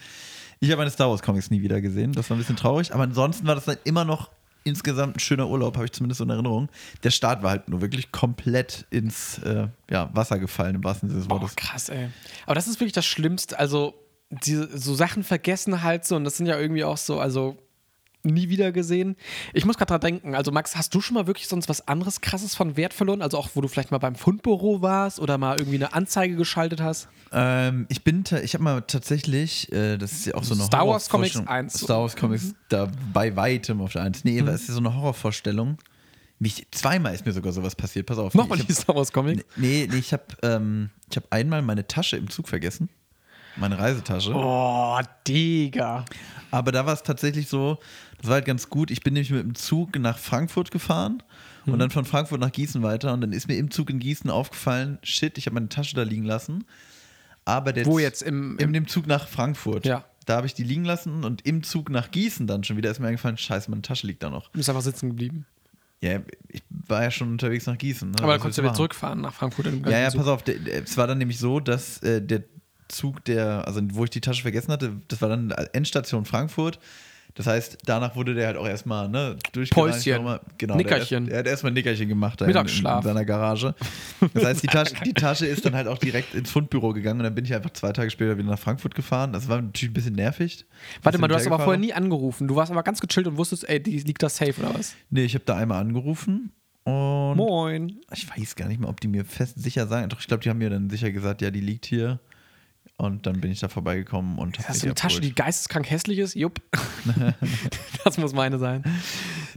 Ich habe meine Star Wars Comics nie wieder gesehen, das war ein bisschen traurig, aber ansonsten war das dann immer noch insgesamt ein schöner Urlaub, habe ich zumindest so in Erinnerung. Der Start war halt nur wirklich komplett ins äh, ja, Wasser gefallen, im wahrsten Sinne des Boah, Wortes. Oh, krass, ey. Aber das ist wirklich das Schlimmste. Also, diese, so Sachen vergessen halt so und das sind ja irgendwie auch so, also nie wieder gesehen. Ich muss gerade dran denken, also Max, hast du schon mal wirklich sonst was anderes krasses von Wert verloren? Also auch, wo du vielleicht mal beim Fundbüro warst oder mal irgendwie eine Anzeige geschaltet hast? Ähm, ich bin, ta- ich habe mal tatsächlich, äh, das ist ja auch so eine Star Wars Comics Horrorvorstellung- 1. Star Wars Comics da bei weitem auf der 1. Nee, Mhm. das ist so eine Horrorvorstellung. Mich, zweimal ist mir sogar sowas passiert, pass auf. Nochmal ich die hab, Star Wars Comics? Nee, nee, ich habe ähm, ich hab einmal meine Tasche im Zug vergessen. Meine Reisetasche. Oh. Boah, Digga. Aber da war es tatsächlich so, das war halt ganz gut. Ich bin nämlich mit dem Zug nach Frankfurt gefahren Hm. und dann von Frankfurt nach Gießen weiter. Und dann ist mir im Zug in Gießen aufgefallen, shit, ich habe meine Tasche da liegen lassen. Aber der Wo Z- jetzt? Im- in dem Zug nach Frankfurt. Ja. Da habe ich die liegen lassen und im Zug nach Gießen dann schon wieder ist mir eingefallen, scheiße, meine Tasche liegt da noch. Du bist einfach sitzen geblieben. Ja, ich war ja schon unterwegs nach Gießen. ne? Aber Was dann konntest willst du wieder machen? zurückfahren nach Frankfurt. in dem Ja, ja, ganzen Zug. pass auf. Der, der, es war dann nämlich so, dass äh, der Zug, der, also wo ich die Tasche vergessen hatte, das war dann Endstation Frankfurt. Das heißt, danach wurde der halt auch erstmal ne, durchgereicht Päuschen. nochmal. Genau, der hat erst- Nickerchen. Er hat erstmal ein Nickerchen gemacht da in- Mittagsschlaf. In, in seiner Garage. Das heißt, die Tasche, die Tasche ist dann halt auch direkt ins Fundbüro gegangen und dann bin ich einfach zwei Tage später wieder nach Frankfurt gefahren. Das war natürlich ein bisschen nervig. Warte Bisschen mal, du hast aber hinterhergefahren. vorher nie angerufen. Du warst aber ganz gechillt und wusstest, ey, die liegt da safe oder was? Nee, ich habe da einmal angerufen und Moin. ich weiß gar nicht mehr, ob die mir fest sicher sagen. Doch, ich glaube, die haben mir dann sicher gesagt, ja, die liegt hier. Und dann bin ich da vorbeigekommen und hab Hast du mir eine Tasche, abgeholt. die geisteskrank hässlich ist? Jupp. das muss meine sein.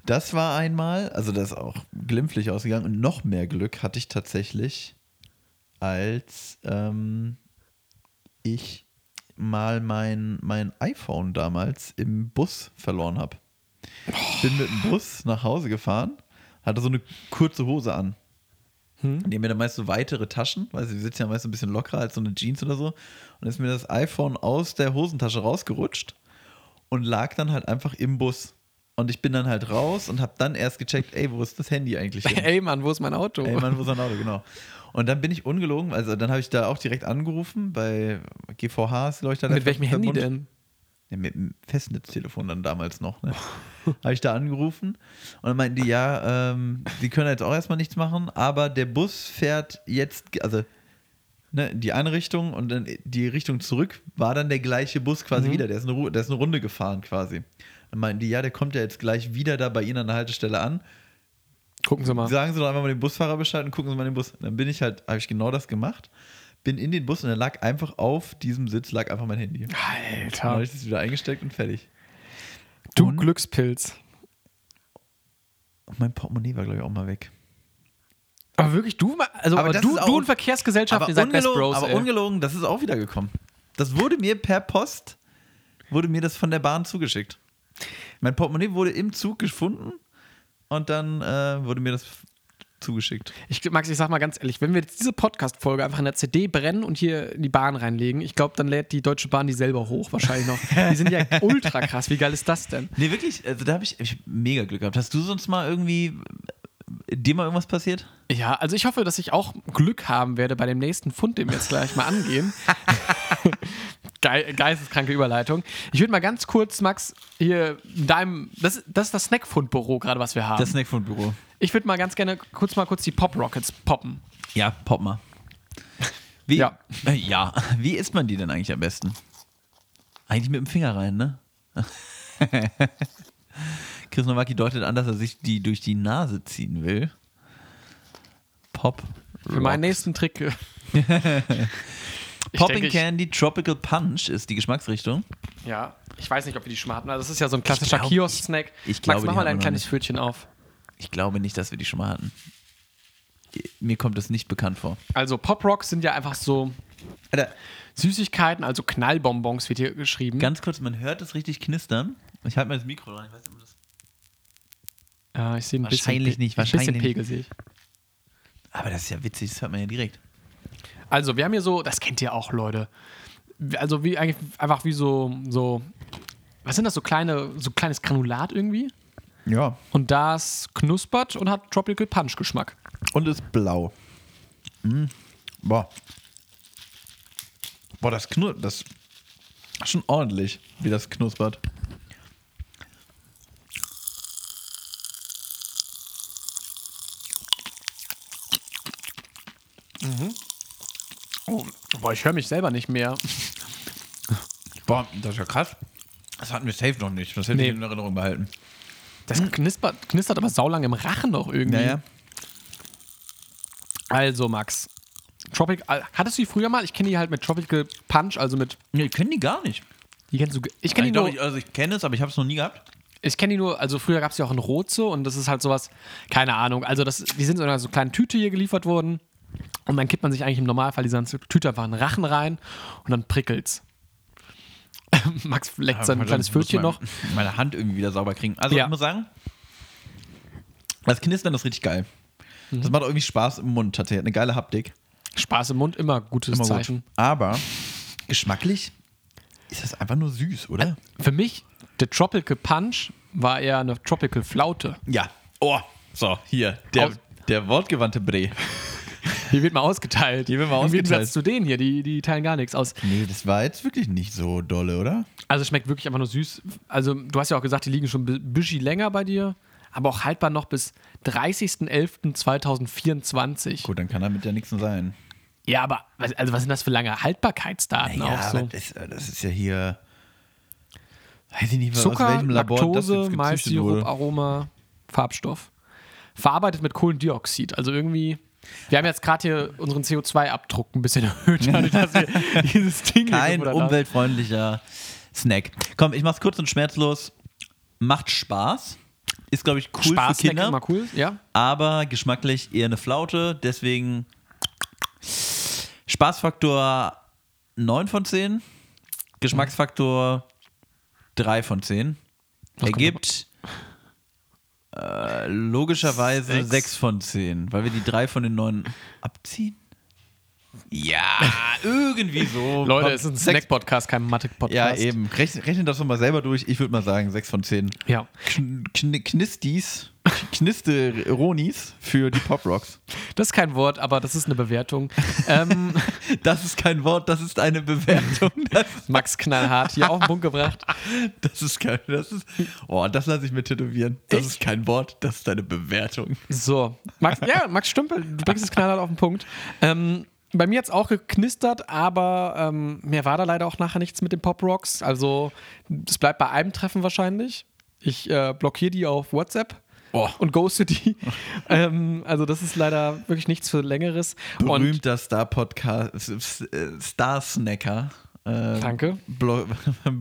Das war einmal, also das ist auch glimpflich ausgegangen. Und noch mehr Glück hatte ich tatsächlich, als ähm, ich mal mein, mein iPhone damals im Bus verloren habe. Ich bin mit dem Bus nach Hause gefahren, hatte so eine kurze Hose an. Hm? Nehmen mir dann meist so weitere Taschen, weil sie sitzen ja meist so ein bisschen lockerer als so eine Jeans oder so. Und dann ist mir das iPhone aus der Hosentasche rausgerutscht und lag dann halt einfach im Bus. Und ich bin dann halt raus und habe dann erst gecheckt, ey, wo ist das Handy eigentlich? hin? Ey Mann, wo ist mein Auto? Ey, Mann, wo ist dein Auto? Genau. Und dann bin ich ungelogen, also dann habe ich da auch direkt angerufen bei GVH, ist, glaub ich, dann Mit welchem Handy verbunden. denn? Ja, mit dem Festnetztelefon dann damals noch, ne? Habe ich da angerufen und dann meinten die, ja, ähm, die können jetzt auch erstmal nichts machen, aber der Bus fährt jetzt, ge- also ne, in die eine Richtung und dann die Richtung zurück war dann der gleiche Bus Mhm. quasi wieder. Der ist, eine, Ru- der ist eine Runde gefahren quasi. Dann meinten die, ja, der kommt ja jetzt gleich wieder da bei Ihnen an der Haltestelle an. Gucken Sie mal. Sagen Sie doch einfach mal dem Busfahrer Bescheid und gucken Sie mal den Bus. Und dann bin ich halt, habe ich genau das gemacht, bin in den Bus und dann lag einfach auf diesem Sitz, lag einfach mein Handy. Dann habe Alter. ich das wieder eingesteckt und fertig. Du Und- Glückspilz. Und mein Portemonnaie war, glaube ich, auch mal weg. Aber wirklich, du, ma- also Aber aber das du, ist auch- du und Verkehrsgesellschaft, ihr seid Best Bros. aber ey. ungelogen, das ist auch wieder gekommen. Das wurde mir per Post, wurde mir das von der Bahn zugeschickt. Mein Portemonnaie wurde im Zug gefunden und dann äh, wurde mir das f- zugeschickt. Ich, Max, ich sag mal ganz ehrlich, wenn wir jetzt diese Podcast-Folge einfach in der CD brennen und hier in die Bahn reinlegen, ich glaube, dann lädt die Deutsche Bahn die selber hoch, wahrscheinlich noch. Die sind ja ultra krass. Wie geil ist das denn? Nee, wirklich, also da habe ich, ich hab mega Glück gehabt. Hast du sonst mal irgendwie, äh, dir mal irgendwas passiert? Ja, also ich hoffe, dass ich auch Glück haben werde bei dem nächsten Fund, den wir jetzt gleich mal angehen. Geil- Geisteskranke Überleitung. Ich würde mal ganz kurz, Max, hier in deinem. Das, das ist das Snackfundbüro gerade, was wir haben. Das Snackfood-Büro. ich würde mal ganz gerne kurz mal kurz die Pop Rockets poppen. Ja, pop mal. Wie, Ja. Äh, ja, wie isst man die denn eigentlich am besten? Eigentlich mit dem Finger rein, ne? Chris Nowacki deutet an, dass er sich die durch die Nase ziehen will. Pop. Für meinen nächsten Trick. Ich Popping denke, ich- Candy Tropical Punch ist die Geschmacksrichtung. Ja, ich weiß nicht, ob wir die schmaten. Also das ist ja so ein klassischer Ich glaub, Kiosk-Snack. ich- ich glaube, Max, mach die mal haben wir ein noch kleines nicht. Pfötchen auf. Ich glaube nicht, dass wir die schon mal hatten. Mir kommt das nicht bekannt vor. Also Pop Rocks sind ja einfach so Alter, Süßigkeiten, also Knallbonbons wird hier geschrieben. ganz kurz, man hört es richtig knistern. Ich halte mal das Mikro rein. Ich weiß nicht, ob das Ja, ich sehe ein Wahrscheinlich bisschen, nicht, Pe- wahrscheinlich Ein bisschen Pegel nicht. sehe ich. Aber das ist ja witzig, das hört man ja direkt. Also wir haben hier so, das kennt ihr auch, Leute. Also wie eigentlich einfach wie so so was sind das so kleine so kleines Granulat irgendwie Ja. und das knuspert und hat Tropical Punch Geschmack. und ist blau. Mm. Boah. Boah, das knurrt, das ist schon ordentlich, wie das knuspert. Oh, boah, ich höre mich selber nicht mehr. Boah, das ist ja krass. Das hatten wir safe noch nicht. Das hätte Nee. ich in Erinnerung behalten. Das knispert, knistert aber saulang im Rachen noch irgendwie. Hm. Also, Max. Tropic, äh, hattest du die früher mal? Ich kenne die halt mit Tropical Punch, also mit. Nee, ich kenne die gar nicht. Die kennst du, ge- ich kenne Ich die, glaub, nur- ich, also ich kenne es, aber ich habe es noch nie gehabt. ich kenn die nur, also früher gab es ja auch in Rot so und das ist halt sowas, keine Ahnung. Also, das, die sind in einer so kleinen Tüte hier geliefert worden und dann kippt man sich eigentlich im Normalfall diese ganze Tüte einfach in den Rachen rein und dann prickelt's. Max leckt sein Aber kleines sonst muss Pfötchen man noch. Meine Hand irgendwie wieder sauber kriegen. Also Ja. ich muss sagen, das Knistern ist richtig geil. Mhm. Das macht auch irgendwie Spaß im Mund tatsächlich. Hat eine geile Haptik. Spaß im Mund, immer gutes Immer Zeichen. gut. Aber geschmacklich ist das einfach nur süß, oder? Für mich, der Tropical Punch war eher eine Tropical Flaute. Ja. Oh, so, hier. Der, Aus- der wortgewandte Bre. Die wird mal ausgeteilt. Die wird mal Im ausgeteilt. Gegensatz zu denen hier, die, die teilen gar nichts aus. Nee, das war jetzt wirklich nicht so dolle, oder? Also es schmeckt wirklich einfach nur süß. Also du hast ja auch gesagt, die liegen schon ein bisschen länger bei dir, aber auch haltbar noch bis 30.11.2024. Gut, dann kann damit ja nichts sein. Ja, aber was- also was sind das für lange Haltbarkeitsdaten auch so? das, das ist ja hier. Weiß ich nicht, was- aus Zucker, welchem Labor das Laktose, jetzt gezüchtet Malzsirup, wurde. Aroma, Farbstoff. Verarbeitet mit Kohlendioxid, also irgendwie Wir haben jetzt gerade hier unseren CO2-Abdruck ein bisschen erhöht, dadurch, dass wir dieses Ding hier Kein bewundert haben. umweltfreundlicher Snack. Komm, ich mach's kurz und schmerzlos. Macht Spaß. Ist, glaube ich, cool Spaß für Kinder. immer cool, ja. aber geschmacklich eher eine Flaute. Deswegen Spaßfaktor 9 von 10, Geschmacksfaktor 3 von 10. kommt Ergibt äh, logischerweise Sechs. 6 von 10, weil wir die 3 von den 9 abziehen. Ja, irgendwie so. Leute, Kommt, es ist ein sechs- Snack-Podcast, kein Ja, Mathek-Podcast. eben. Rechne, rechne das doch mal selber durch. Ich würde mal sagen 6 von 10. Ja. Kn kn Knistis, Knisteronis für die Pop Rocks. Das ist kein Wort, aber das ist eine Bewertung. ähm, Das ist kein Wort, das ist eine Bewertung. Das, Max Knallhart hier auf den Punkt gebracht. das ist kein. Das ist, oh, das lasse ich mir tätowieren. Das Ich? ist kein Wort, das ist eine Bewertung. So, Max, ja, Max Stümpel, du bringst es knallhart auf den Punkt. Ähm, bei mir jetzt auch geknistert, aber ähm, mir war da leider auch nachher nichts mit den Pop Rocks. Also, es bleibt bei einem Treffen wahrscheinlich. Ich äh, blockiere die auf WhatsApp. Oh. Und ghoste die. ähm, also, das ist leider wirklich nichts für Längeres. Und Berühmter Star-Podcast, äh, Star-Snacker. äh, Danke. Blo-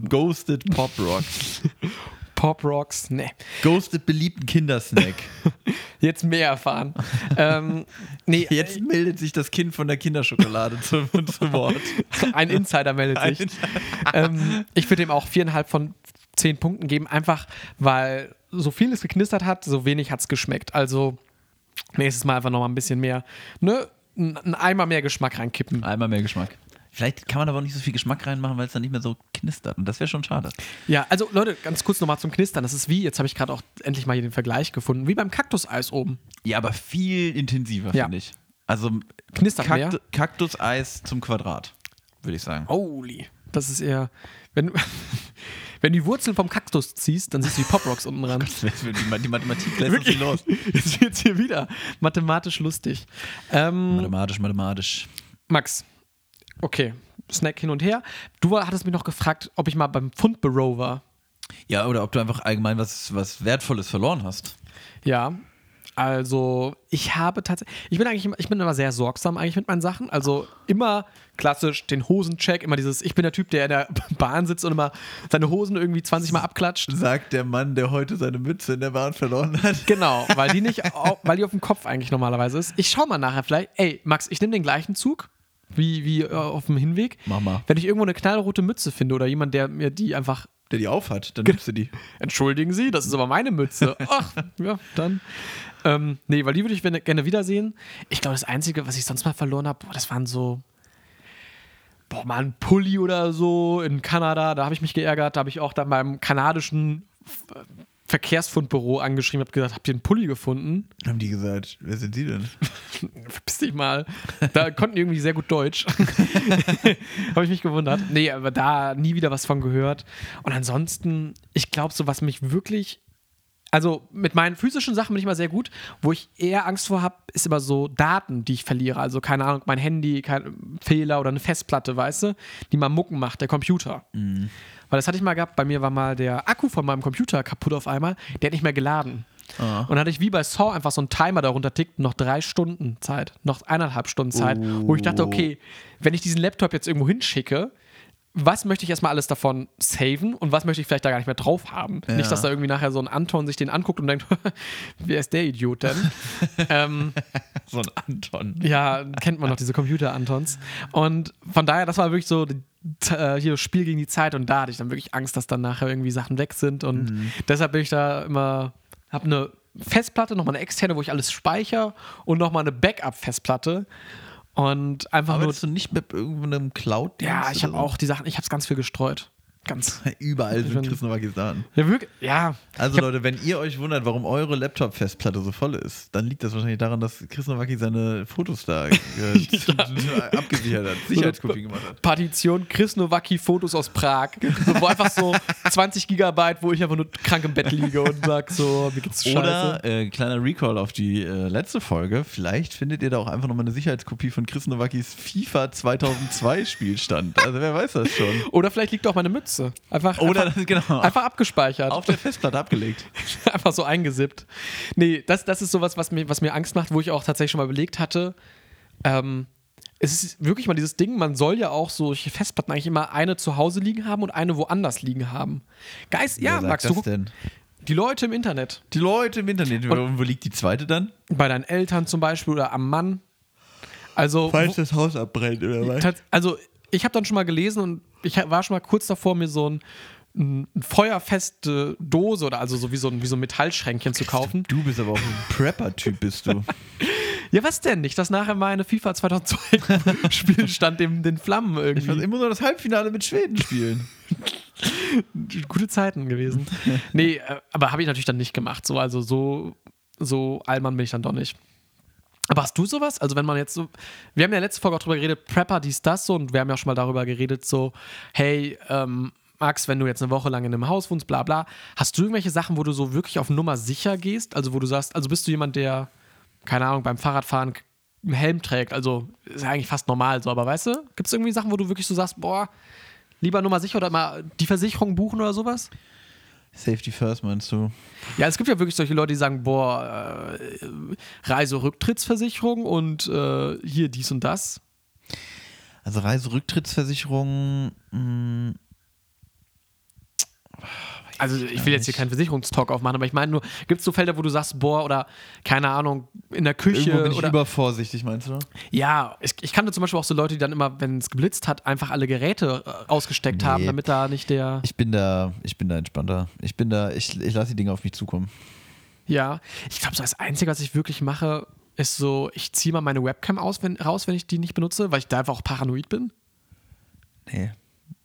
Ghosted Pop Rock. Pop Rocks, ne. Ghosted beliebten Kindersnack. Jetzt mehr erfahren. ähm, nee, Jetzt meldet sich das Kind von der Kinderschokolade zu, zu Wort. Ein Insider meldet sich. ähm, ich würde ihm auch viereinhalb von zehn Punkten geben, einfach weil so viel es geknistert hat, so wenig hat es geschmeckt. Also nächstes Mal einfach nochmal ein bisschen mehr, ne? N- Ein Eimer mehr Geschmack reinkippen. Einmal mehr Geschmack. Vielleicht kann man aber auch nicht so viel Geschmack reinmachen, weil es dann nicht mehr so knistert. Und das wäre schon schade. Ja, also Leute, ganz kurz nochmal zum Knistern. Das ist wie, jetzt habe ich gerade auch endlich mal hier den Vergleich gefunden, wie beim Kaktuseis oben. Ja, aber viel intensiver, Ja. finde ich. Also Knistert mehr. Kaktuseis zum Quadrat, würde ich sagen. Holy. Das ist eher, wenn, wenn du die Wurzeln vom Kaktus ziehst, dann siehst du die Pop Rocks unten ran. Die, die Mathematik lässt Wirklich? Jetzt wird hier wieder mathematisch lustig. Mhm. Ähm, Mathematisch, mathematisch. Max, okay, Snack hin und her. Du war- hattest mich noch gefragt, ob ich mal beim Fundbüro war. Ja, oder ob du einfach allgemein was, was Wertvolles verloren hast. Ja. Also, ich habe tatsächlich, ich bin eigentlich, immer- ich bin immer sehr sorgsam eigentlich mit meinen Sachen. Also immer klassisch den Hosencheck, immer dieses, ich bin der Typ, der in der Bahn sitzt und immer seine Hosen irgendwie 20 Mal abklatscht. Sagt der Mann, der heute seine Mütze in der Bahn verloren hat. Genau, weil die nicht, au- weil die auf dem Kopf eigentlich normalerweise ist. Ich schau mal nachher vielleicht. Ey, Max, ich nehme den gleichen Zug wie, wie äh, auf dem Hinweg. Mach mal. Wenn ich irgendwo eine knallrote Mütze finde oder jemand, der mir die einfach Der die aufhat, dann nimmst du die. Entschuldigen Sie, das ist aber meine Mütze. Ach, ja, dann. Ähm, nee, weil die würde ich gerne- gerne wiedersehen. Ich glaube, das Einzige, was ich sonst mal verloren habe, boah, das waren so. Boah, mal ein Pulli oder so in Kanada, da habe ich mich geärgert. Da habe ich auch dann beim kanadischen F- Verkehrsfundbüro angeschrieben, habe gesagt, habt ihr einen Pulli gefunden? Haben die gesagt, wer sind die denn? Verpiss dich mal. Da konnten die irgendwie sehr gut Deutsch. Habe ich mich gewundert. Nee, aber da nie wieder was von gehört. Und ansonsten, ich glaube, so was mich wirklich. Also mit meinen physischen Sachen bin ich mal sehr gut. Wo ich eher Angst vor habe, ist immer so Daten, die ich verliere. Also keine Ahnung, mein Handy, kein Fehler oder eine Festplatte, weißt du, die mal Mucken macht, der Computer. Weil das hatte ich mal gehabt, bei mir war mal der Akku von meinem Computer kaputt auf einmal, der hat nicht mehr geladen. Ah. Und dann hatte ich wie bei Saw einfach so einen Timer darunter tickt, noch drei Stunden Zeit, noch eineinhalb Stunden Zeit, wo ich dachte, Oh. okay, wenn ich diesen Laptop jetzt irgendwo hinschicke, was möchte ich erstmal alles davon saven und was möchte ich vielleicht da gar nicht mehr drauf haben? Ja. Nicht, dass da irgendwie nachher so ein Anton sich den anguckt und denkt, wer ist der Idiot denn? ähm, So ein Anton. ja, kennt man noch diese Computer-Antons. Und von daher, das war wirklich so die- t- äh, hier Spiel gegen die Zeit und da hatte ich dann wirklich Angst, dass dann nachher irgendwie Sachen weg sind. Und Mhm. deshalb bin ich da immer, habe eine Festplatte, nochmal eine externe, wo ich alles speicher und nochmal eine Backup-Festplatte. Und einfach nur. Arbeitest du nicht mit irgendeinem cloud Ja, ich habe auch die Sachen, ich habe es ganz viel gestreut. Ganz. Überall sind bin- Chris Nowakis Daten. Ja, wirklich, ja. Also Leute, wenn ihr euch wundert, warum eure Laptop-Festplatte so voll ist, dann liegt das wahrscheinlich daran, dass Chris Nowacki seine Fotos da äh, abgesichert hat, Sicherheitskopien gemacht hat. Partition Chris Nowacki Fotos aus Prag. So, wo einfach so 20 Gigabyte, wo ich einfach nur krank im Bett liege und sag so, mir geht's scheiße. Oder äh, kleiner Recall auf die äh, letzte Folge, vielleicht findet ihr da auch einfach nochmal eine Sicherheitskopie von Chris Nowakis FIFA 2002 Spielstand. Also wer weiß das schon. Oder vielleicht liegt auch meine Mütze Festplatte. Einfach, Oder einfach, das, genau. einfach abgespeichert. auf der Festplatte abgelegt. einfach so eingesippt. Nee, das, das ist sowas, was mir, was mir Angst macht, wo ich auch tatsächlich schon mal überlegt hatte. Ähm, es ist wirklich mal dieses Ding, man soll ja auch solche Festplatten eigentlich immer eine zu Hause liegen haben und eine woanders liegen haben. Geist, ja, Wer Max, sagt du, das denn? die Leute im Internet. Die Leute im Internet. Und wo liegt die zweite dann? Bei deinen Eltern zum Beispiel oder am Mann. Also, wo- das Haus abbrennt oder Tats- Also, ich habe dann schon mal gelesen und ich ha- war schon mal kurz davor, mir so ein, ein feuerfeste Dose oder also so wie so ein, wie so ein Metallschränkchen zu kaufen. Du bist aber auch ein Prepper-Typ, bist du. Ja, was denn? Nicht, dass nachher meine FIFA 2002 Spiel stand dem, den Flammen Ich muss irgendwie. immer nur das Halbfinale mit Schweden spielen. Gute Zeiten gewesen. Nee, äh, aber habe ich natürlich dann nicht gemacht. So, also so, so Allmann bin ich dann doch nicht. Aber hast du sowas? Also, wenn man jetzt so. Wir haben ja letzte Folge auch drüber geredet, Prepper, dies, das so, und wir haben ja schon mal darüber geredet, so, hey, ähm, Max, wenn du jetzt eine Woche lang in einem Haus wohnst, bla bla, hast du irgendwelche Sachen, wo du so wirklich auf Nummer sicher gehst? Also, wo du sagst, also bist du jemand, der, keine Ahnung, beim Fahrradfahren k- einen Helm trägt? Also, ist ja eigentlich fast normal so, aber weißt du, gibt es irgendwie Sachen, wo du wirklich so sagst, boah, lieber Nummer sicher oder mal die Versicherung buchen oder sowas? Safety first, meinst du? Ja, es gibt ja wirklich solche Leute, die sagen, boah, äh, Reiserücktrittsversicherung und äh, hier dies und das. Also Reiserücktrittsversicherung. hm, Mh, Also ich will jetzt hier keinen Versicherungstalk aufmachen, aber ich meine nur, gibt es so Felder, wo du sagst, boah, oder keine Ahnung, in der irgendwo Küche bin ich oder... übervorsichtig, meinst du? Ja, ich, ich kannte zum Beispiel auch so Leute, die dann immer, wenn es geblitzt hat, einfach alle Geräte äh, ausgesteckt haben, Nee. damit da nicht der... Ich bin da, ich bin da entspannter. Ich bin da, ich, ich lasse die Dinge auf mich zukommen. Ja, ich glaube, so das Einzige, was ich wirklich mache, ist so, ich ziehe mal meine Webcam aus, wenn, raus, wenn ich die nicht benutze, weil ich da einfach auch paranoid bin. Nee,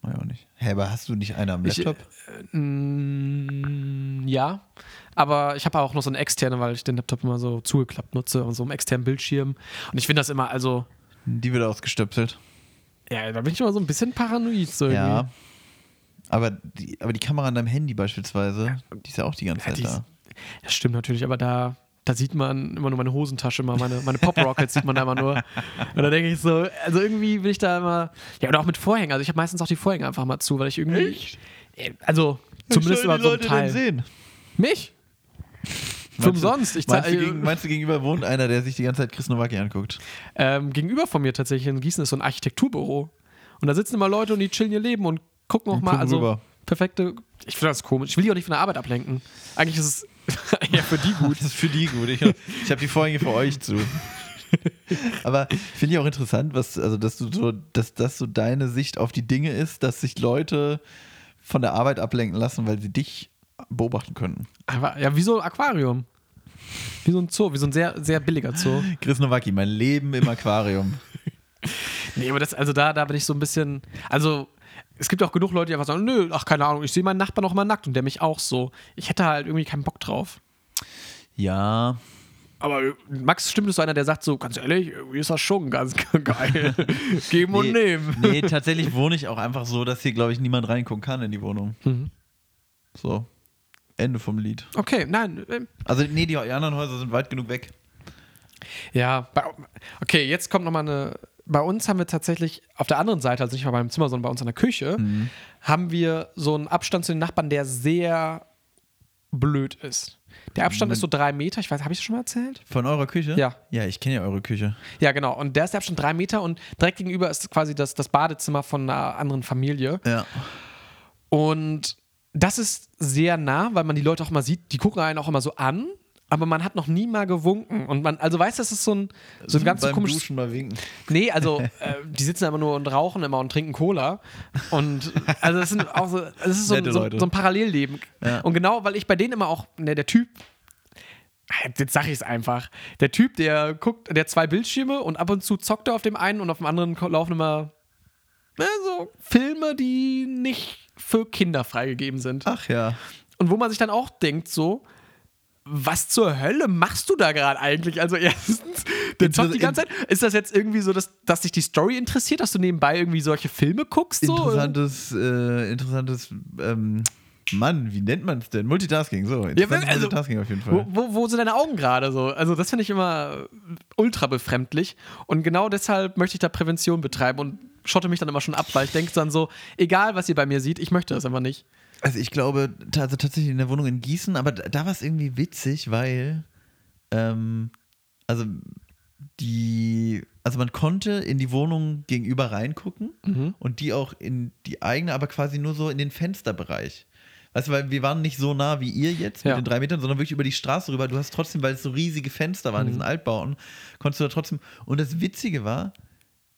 mach ich auch nicht. Hä, aber hast du nicht eine am Ich- Laptop? Äh, Mm, Ja, aber ich habe auch noch so einen externen, weil ich den Laptop immer so zugeklappt nutze und so einen externen Bildschirm. Und ich finde das immer, also, die wird ausgestöpselt. ja, da bin ich immer so ein bisschen paranoid. So Ja. Aber die, aber die Kamera an deinem Handy beispielsweise, die ist ja auch die ganze irgendwie. Zeit ja, dies- da. das stimmt natürlich, aber da, da sieht man immer nur meine Hosentasche, immer meine, meine Pop Rockets sieht man da immer nur. Und da denke ich so, also irgendwie bin ich da immer, ja, und auch mit Vorhängen. Also, ich habe meistens auch die Vorhänge einfach mal zu, weil ich irgendwie. Also, zumindest immer so ein Teil. sehen. Mich? Für Meinst du- umsonst. Ich Meinst du, zahl- gegen, meinst du, gegenüber wohnt einer, der sich die ganze Zeit Chris Nowacki anguckt? Ähm, gegenüber von mir tatsächlich in Gießen ist so ein Architekturbüro. Und da sitzen immer Leute und die chillen ihr Leben und gucken auch Und mal. gucken Also rüber. perfekte. Ich finde das komisch. Ich will die auch nicht von der Arbeit ablenken. Eigentlich ist es ja für die gut. Das ist für die gut. Ich, ich habe die Vorhänge für euch zu. Aber finde ich auch interessant, was, also dass du so, dass das so deine Sicht auf die Dinge ist, dass sich Leute von der Arbeit ablenken lassen, weil sie dich beobachten könnten. Aber ja, wie so ein Aquarium. Wie so ein Zoo, wie so ein sehr, sehr billiger Zoo. Chris Nowacki, mein Leben im Aquarium. Nee, aber das, also da, da bin ich so ein bisschen. Also, es gibt auch genug Leute, die einfach sagen, nö, ach, keine Ahnung, ich sehe meinen Nachbarn auch mal nackt und der mich auch so. Ich hätte halt irgendwie keinen Bock drauf. Ja, Aber äh, Max stimmt ist so einer, der sagt so, ganz ehrlich, irgendwie ist das schon ganz geil. Geben und nehmen. Nee, tatsächlich wohne ich auch einfach so, dass hier, glaube ich, niemand reingucken kann in die Wohnung. Mhm. So. Ende vom Lied. Okay, nein. äh, Also, nee, die anderen Häuser sind weit genug weg. Ja, bei, okay, jetzt kommt nochmal eine. Bei uns haben wir tatsächlich auf der anderen Seite, also nicht mal beim Zimmer, sondern bei uns in der Küche, haben wir so einen Abstand zu den Nachbarn, der sehr blöd ist. Der Abstand ist so drei Meter, ich weiß, habe ich das schon mal erzählt? Von eurer Küche? Ja. Ja, ich kenne ja eure Küche. Ja, genau. Und der ist der Abstand drei Meter und direkt gegenüber ist quasi das, das Badezimmer von einer anderen Familie. Ja. Und das ist sehr nah, weil man die Leute auch immer sieht, die gucken einen auch immer so an, aber man hat noch nie mal gewunken. Und man, also weißt du, das ist so ein, so ein ganz Beim komisches. Duschen mal winken. Nee, also äh, die sitzen immer nur und rauchen immer und trinken Cola. Und also das sind auch so, das ist so, ein- Nette so, Leute. so ein Parallelleben. Ja. Und genau, weil ich bei denen immer auch, ne, der Typ, jetzt sag ich es einfach, der Typ, der guckt, der hat zwei Bildschirme und ab und zu zockt er auf dem einen und auf dem anderen ko- laufen immer ne, so Filme, die nicht für Kinder freigegeben sind. Ach ja. Und wo man sich dann auch denkt, so, was zur Hölle machst du da gerade eigentlich? Also erstens, der Inter- zockt die ganze Zeit. Ist das jetzt irgendwie so, dass, dass dich die Story interessiert, dass du nebenbei irgendwie solche Filme guckst? So? Interessantes, äh, interessantes ähm, Mann, wie nennt man es denn? Multitasking, so. Jetzt Ja, wenn- also- Multitasking auf jeden Wo, Fall. wo, wo sind deine Augen gerade so? Also das finde ich immer ultra befremdlich und genau deshalb möchte ich da Prävention betreiben und schotte mich dann immer schon ab, weil ich denke dann so, egal was ihr bei mir seht, ich möchte das einfach nicht. Also ich glaube, ta- also tatsächlich in der Wohnung in Gießen, aber da, da war es irgendwie witzig, weil ähm, also die, also man konnte in die Wohnung gegenüber reingucken und die auch in die eigene, aber quasi nur so in den Fensterbereich. Weißt du, weil wir waren nicht so nah wie ihr jetzt mit Ja. den drei Metern, sondern wirklich über die Straße rüber. Du hast trotzdem, weil es so riesige Fenster waren, diesen Altbauten, konntest du da trotzdem. Und das Witzige war,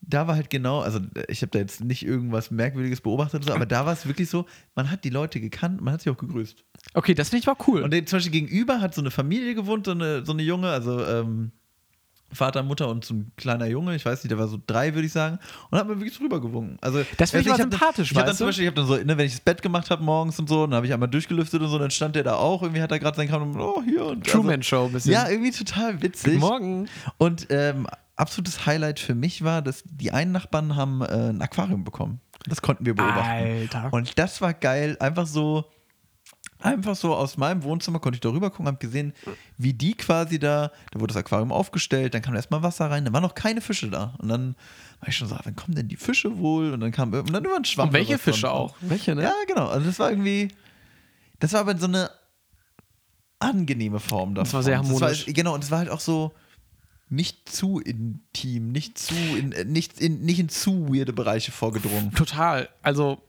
da war halt genau, also ich habe da jetzt nicht irgendwas Merkwürdiges beobachtet, oder so, aber da war es wirklich so, man hat die Leute gekannt, man hat sie auch gegrüßt. Okay, das finde ich mal cool. Und den- zum Beispiel gegenüber hat so eine Familie gewohnt, so eine, so eine Junge, also ähm, Vater, Mutter und so ein kleiner Junge, ich weiß nicht, der war so drei, würde ich sagen, und hat mir wirklich drüber gewunken. Also, Das finde also ich mal hab dann- sympathisch, Ich habe dann weißt zum du? Beispiel, ich habe dann so, ne, wenn ich das Bett gemacht habe morgens und so, dann habe ich einmal durchgelüftet und so, dann stand der da auch, irgendwie hat er gerade seinen Kram und oh, hier und Truman Show ein bisschen. Ja, irgendwie total witzig. Guten Morgen. Und ähm, absolutes Highlight für mich war, dass die einen Nachbarn haben äh, ein Aquarium bekommen. Das konnten wir beobachten. Alter. Und das war geil. Einfach so, einfach so aus meinem Wohnzimmer konnte ich da rüber gucken, habe gesehen, wie die quasi da, da wurde das Aquarium aufgestellt, dann kam da erstmal Wasser rein, da waren noch keine Fische da. Und dann war ich schon so, ah, wann kommen denn die Fische wohl? Und dann kam und dann immer ein Schwamm. Und welche oder was dran. Fische auch? Welche, ne? Ja, genau. Also das war irgendwie, das war aber so eine angenehme Form davon. war sehr harmonisch. Das war, genau, und es war halt auch so nicht zu intim, nicht zu in, äh, nicht in, nicht in zu weirde Bereiche vorgedrungen. Total. Also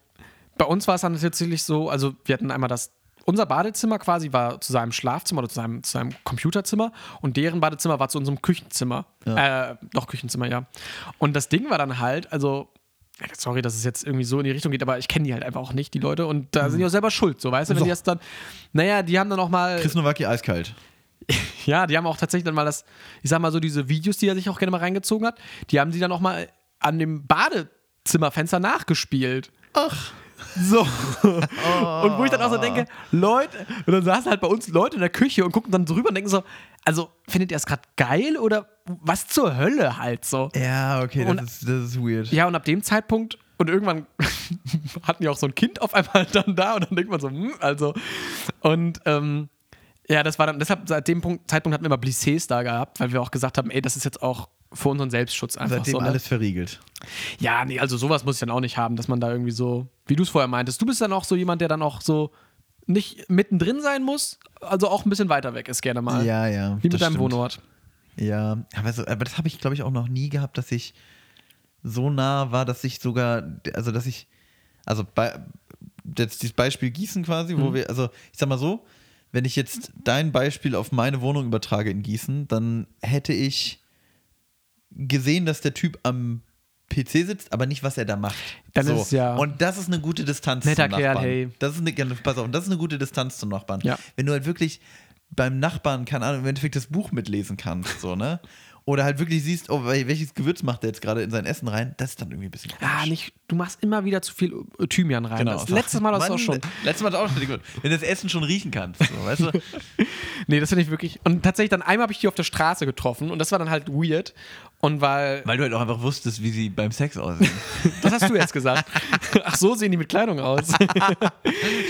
bei uns war es dann tatsächlich so, also wir hatten einmal das, unser Badezimmer quasi war zu seinem Schlafzimmer oder zu seinem, zu seinem Computerzimmer und deren Badezimmer war zu unserem Küchenzimmer. Äh, doch, Küchenzimmer, ja. Und das Ding war dann halt, also. Sorry, dass es jetzt irgendwie so in die Richtung geht, aber ich kenne die halt einfach auch nicht, die Leute. Und da sind die auch selber schuld, so, weißt du? Wenn So. die das dann. Naja, die haben dann auch mal. Chris Nowacki eiskalt. Ja, die haben auch tatsächlich dann mal das, ich sag mal so, diese Videos, die er sich auch gerne mal reingezogen hat, die haben sie dann auch mal an dem Badezimmerfenster nachgespielt. Ach. So. Und wo ich dann auch so denke, Leute, und dann saßen halt bei uns Leute in der Küche und gucken dann drüber und denken so, also findet ihr es gerade geil oder was zur Hölle halt so? Ja, okay, das, Und- ist, das ist weird. Ja, und ab dem Zeitpunkt und irgendwann hatten die auch so ein Kind auf einmal dann da und dann denkt man so, hm, also und ähm, ja, das war dann, deshalb seit dem Punkt, Zeitpunkt hatten wir immer Blissés da gehabt, weil wir auch gesagt haben, ey, das ist jetzt auch für unseren Selbstschutz einfach Seitdem so. Ne? alles verriegelt. Ja, nee, also sowas muss ich dann auch nicht haben, dass man da irgendwie so, wie du es vorher meintest, du bist dann auch so jemand, der dann auch so nicht mittendrin sein muss, also auch ein bisschen weiter weg ist gerne mal. Ja, ja. Wie mit das deinem stimmt. Wohnort. Ja, aber, so, aber das habe ich, glaube ich, auch noch nie gehabt, dass ich so nah war, dass ich sogar, also dass ich, also bei, jetzt dieses Beispiel Gießen quasi, Mhm. wo wir, also ich sag mal so, wenn ich jetzt dein Beispiel auf meine Wohnung übertrage in Gießen, dann hätte ich gesehen, dass der Typ am PC sitzt, aber nicht, was er da macht. Dann ist es ja- Und das ist eine gute Distanz Netter zum Kerl, Nachbarn. hey. Das ist eine, ja, pass auf, das ist eine gute Distanz zum Nachbarn. Ja. Wenn du halt wirklich beim Nachbarn, keine Ahnung, im Endeffekt das Buch mitlesen kannst, so, ne? Oder halt wirklich siehst, oh, wel- welches Gewürz macht der jetzt gerade in sein Essen rein, das ist dann irgendwie ein bisschen komisch. Ah, nicht, du machst immer wieder zu viel äh, Thymian rein. Das, letztes Mal das Genau, Mann, auch schon. Letztes Mal auch schon. Wenn du das Essen schon riechen kannst, so, weißt du? Nee, das finde ich wirklich. Und tatsächlich, dann einmal habe ich die auf der Straße getroffen und das war dann halt weird. Und weil. Weil du halt auch einfach wusstest, wie sie beim Sex aussehen. Was hast du jetzt gesagt? Ach so, sehen die mit Kleidung aus.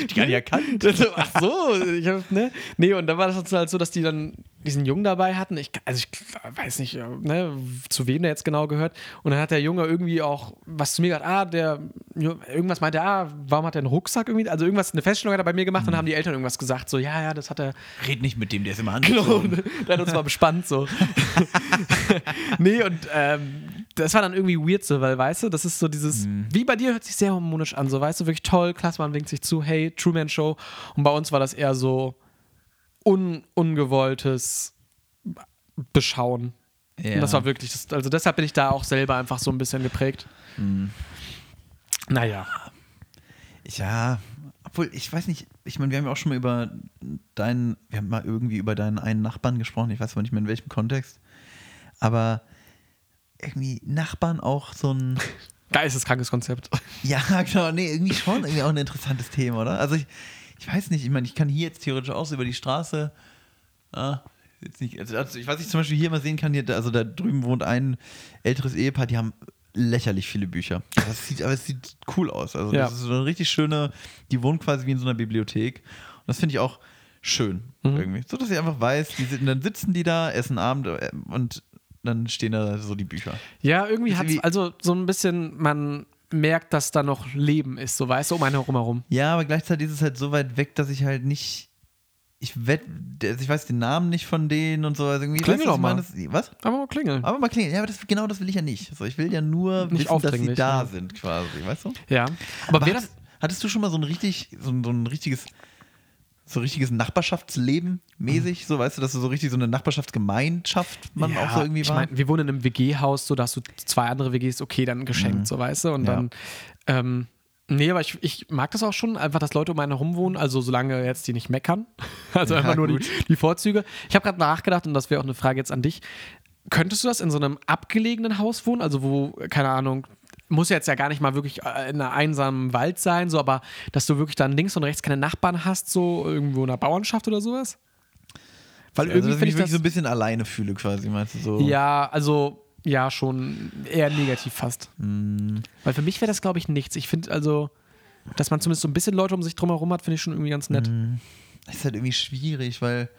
Die gar nicht erkannt. Also, Ach so, ich hab, ne? Nee, und dann war das halt so, dass die dann diesen Jungen dabei hatten. Ich, also ich weiß nicht, ne, zu wem der jetzt genau gehört. Und dann hat der Junge irgendwie auch was zu mir gesagt, ah, der irgendwas meinte, ah, warum hat er einen Rucksack irgendwie? Also irgendwas, eine Feststellung hat er bei mir gemacht und Mhm. dann haben die Eltern irgendwas gesagt, so, ja, ja, das hat er Red nicht mit dem, der ist immer Genau, angezogen. und der hat uns mal bespannt so. nee, und ähm, das war dann irgendwie weird so, weil, weißt du, das ist so dieses, wie bei dir hört sich sehr harmonisch an, so, weißt du, wirklich toll, klasse, man winkt sich zu, hey, Truman Show. Und bei uns war das eher so un ungewolltes Beschauen. Ja. Und das war wirklich, das, also deshalb bin ich da auch selber einfach so ein bisschen geprägt. Mhm. Naja. Ja, obwohl, ich weiß nicht, ich meine, wir haben ja auch schon mal über deinen, wir haben mal irgendwie über deinen einen Nachbarn gesprochen, ich weiß aber nicht mehr in welchem Kontext, aber irgendwie Nachbarn auch so ein, Geisteskrankes Konzept. ja, genau, nee, irgendwie schon, irgendwie auch ein interessantes Thema, oder? Also ich, ich weiß nicht, ich meine, ich kann hier jetzt theoretisch auch so über die Straße, ah, jetzt nicht, also, also ich weiß nicht, zum Beispiel hier mal sehen kann, hier, da- also da drüben wohnt ein älteres Ehepaar, die haben lächerlich viele Bücher. Aber es sieht, aber es sieht cool aus. Also Ja. das ist so eine richtig schöne, die wohnen quasi wie in so einer Bibliothek. Und das finde ich auch schön irgendwie. So, dass ich einfach weiß, die, sind- dann sitzen die da, essen Abend äh, und dann stehen da so die Bücher. Ja, irgendwie Ist hat es, irgendwie- also so ein bisschen, man merkt, dass da noch Leben ist, so weißt du, um einen herum herum. Ja, aber gleichzeitig ist es halt so weit weg, dass ich halt nicht. Ich wett, also ich weiß den Namen nicht von denen und so. Also irgendwie, Klingel weißt du, doch mal. was ich meine? Das, was? Aber mal klingeln. Aber mal klingeln. Ja, aber das, genau das will ich ja nicht. So, ich will ja nur Nicht wissen, dass sie aufdringlich, da ja. sind, quasi. Weißt du? ja. Aber, Aber wer hattest, das. hattest du schon mal so ein richtig, so ein, so ein richtiges, so ein richtiges Nachbarschaftsleben mäßig? So, weißt du, dass du so richtig so eine Nachbarschaftsgemeinschaft man ja, auch so irgendwie ich war? mein, wir wohnen in einem WG-Haus, so da hast du zwei andere WGs, okay, dann geschenkt, so weißt du. Und Mhm. Ja. dann, ähm, nee, aber ich, ich mag das auch schon, einfach, dass Leute um einen herum wohnen, also solange jetzt die nicht meckern. Also Ja, einfach nur die, gut. die Vorzüge. Ich habe gerade nachgedacht, und das wäre auch eine Frage jetzt an dich. Könntest du das in so einem abgelegenen Haus wohnen? Also, wo, keine Ahnung, muss jetzt ja gar nicht mal wirklich äh, in einem einsamen Wald sein, so, aber dass du wirklich dann links und rechts keine Nachbarn hast, so irgendwo in einer Bauernschaft oder sowas? Weil also, dass ich irgendwie finde mich ich wirklich das so ein bisschen alleine fühle, quasi, meinst du so? ja, also ja, schon eher negativ fast. Mhm. Weil für mich wäre das, glaube ich, nichts. Ich finde also, dass man zumindest so ein bisschen Leute um sich drumherum hat, finde ich schon irgendwie ganz nett. Das ist halt irgendwie schwierig, weil.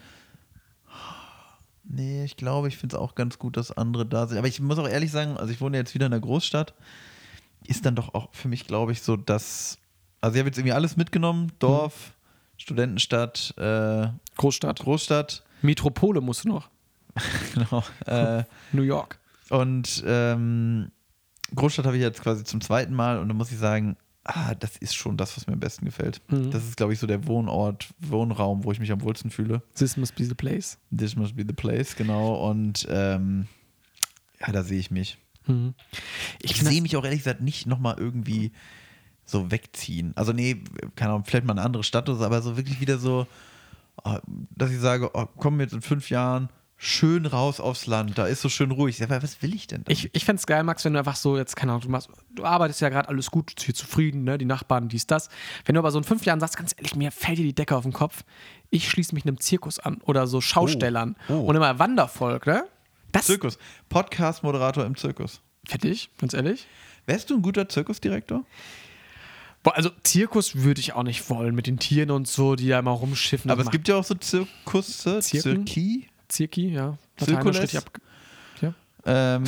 Nee, ich glaube, ich finde es auch ganz gut, dass andere da sind. Aber ich muss auch ehrlich sagen, also ich wohne jetzt wieder in einer Großstadt. Ist dann doch auch für mich, glaube ich, so, dass. Also ich habe jetzt irgendwie alles mitgenommen: Dorf, Studentenstadt, äh, Großstadt. Großstadt, Metropole musst du noch. genau. Äh, New York. und ähm, Großstadt habe ich jetzt quasi zum zweiten Mal und da muss ich sagen, ah, das ist schon das, was mir am besten gefällt. Mhm. Das ist, glaube ich, so der Wohnort, Wohnraum, wo ich mich am wohlsten fühle. This must be the place. This must be the place, genau. Und ähm, ja, da sehe ich mich. Mhm. Ich, Ich find das- sehe mich auch ehrlich gesagt nicht nochmal irgendwie so wegziehen. Also, nee, keine Ahnung, vielleicht mal eine andere Stadt oder so, aber so wirklich wieder so, oh, dass ich sage, oh, komm jetzt in fünf Jahren schön raus aufs Land, da ist so schön ruhig. Ja, aber was will ich denn da? Ich, ich fände es geil, Max, wenn du einfach so, jetzt, keine Ahnung, du, machst, du arbeitest ja gerade alles gut, bist hier zufrieden, ne? die Nachbarn, dies, das. Wenn du aber so in fünf Jahren sagst, ganz ehrlich, mir fällt dir die Decke auf den Kopf, ich schließe mich einem Zirkus an oder so Schaustellern Oh, oh. und immer Wandervolk, ne? Das Zirkus. Podcast-Moderator im Zirkus. fertig, ganz ehrlich. Wärst du ein guter Zirkusdirektor? Boah, also Zirkus würde ich auch nicht wollen mit den Tieren und so, die da immer rumschiffen. Aber es gibt ja auch so Zirkusse, Zirken? Zirki. Zirki, ja. Zirkules? richtig ab- Ja. Ähm,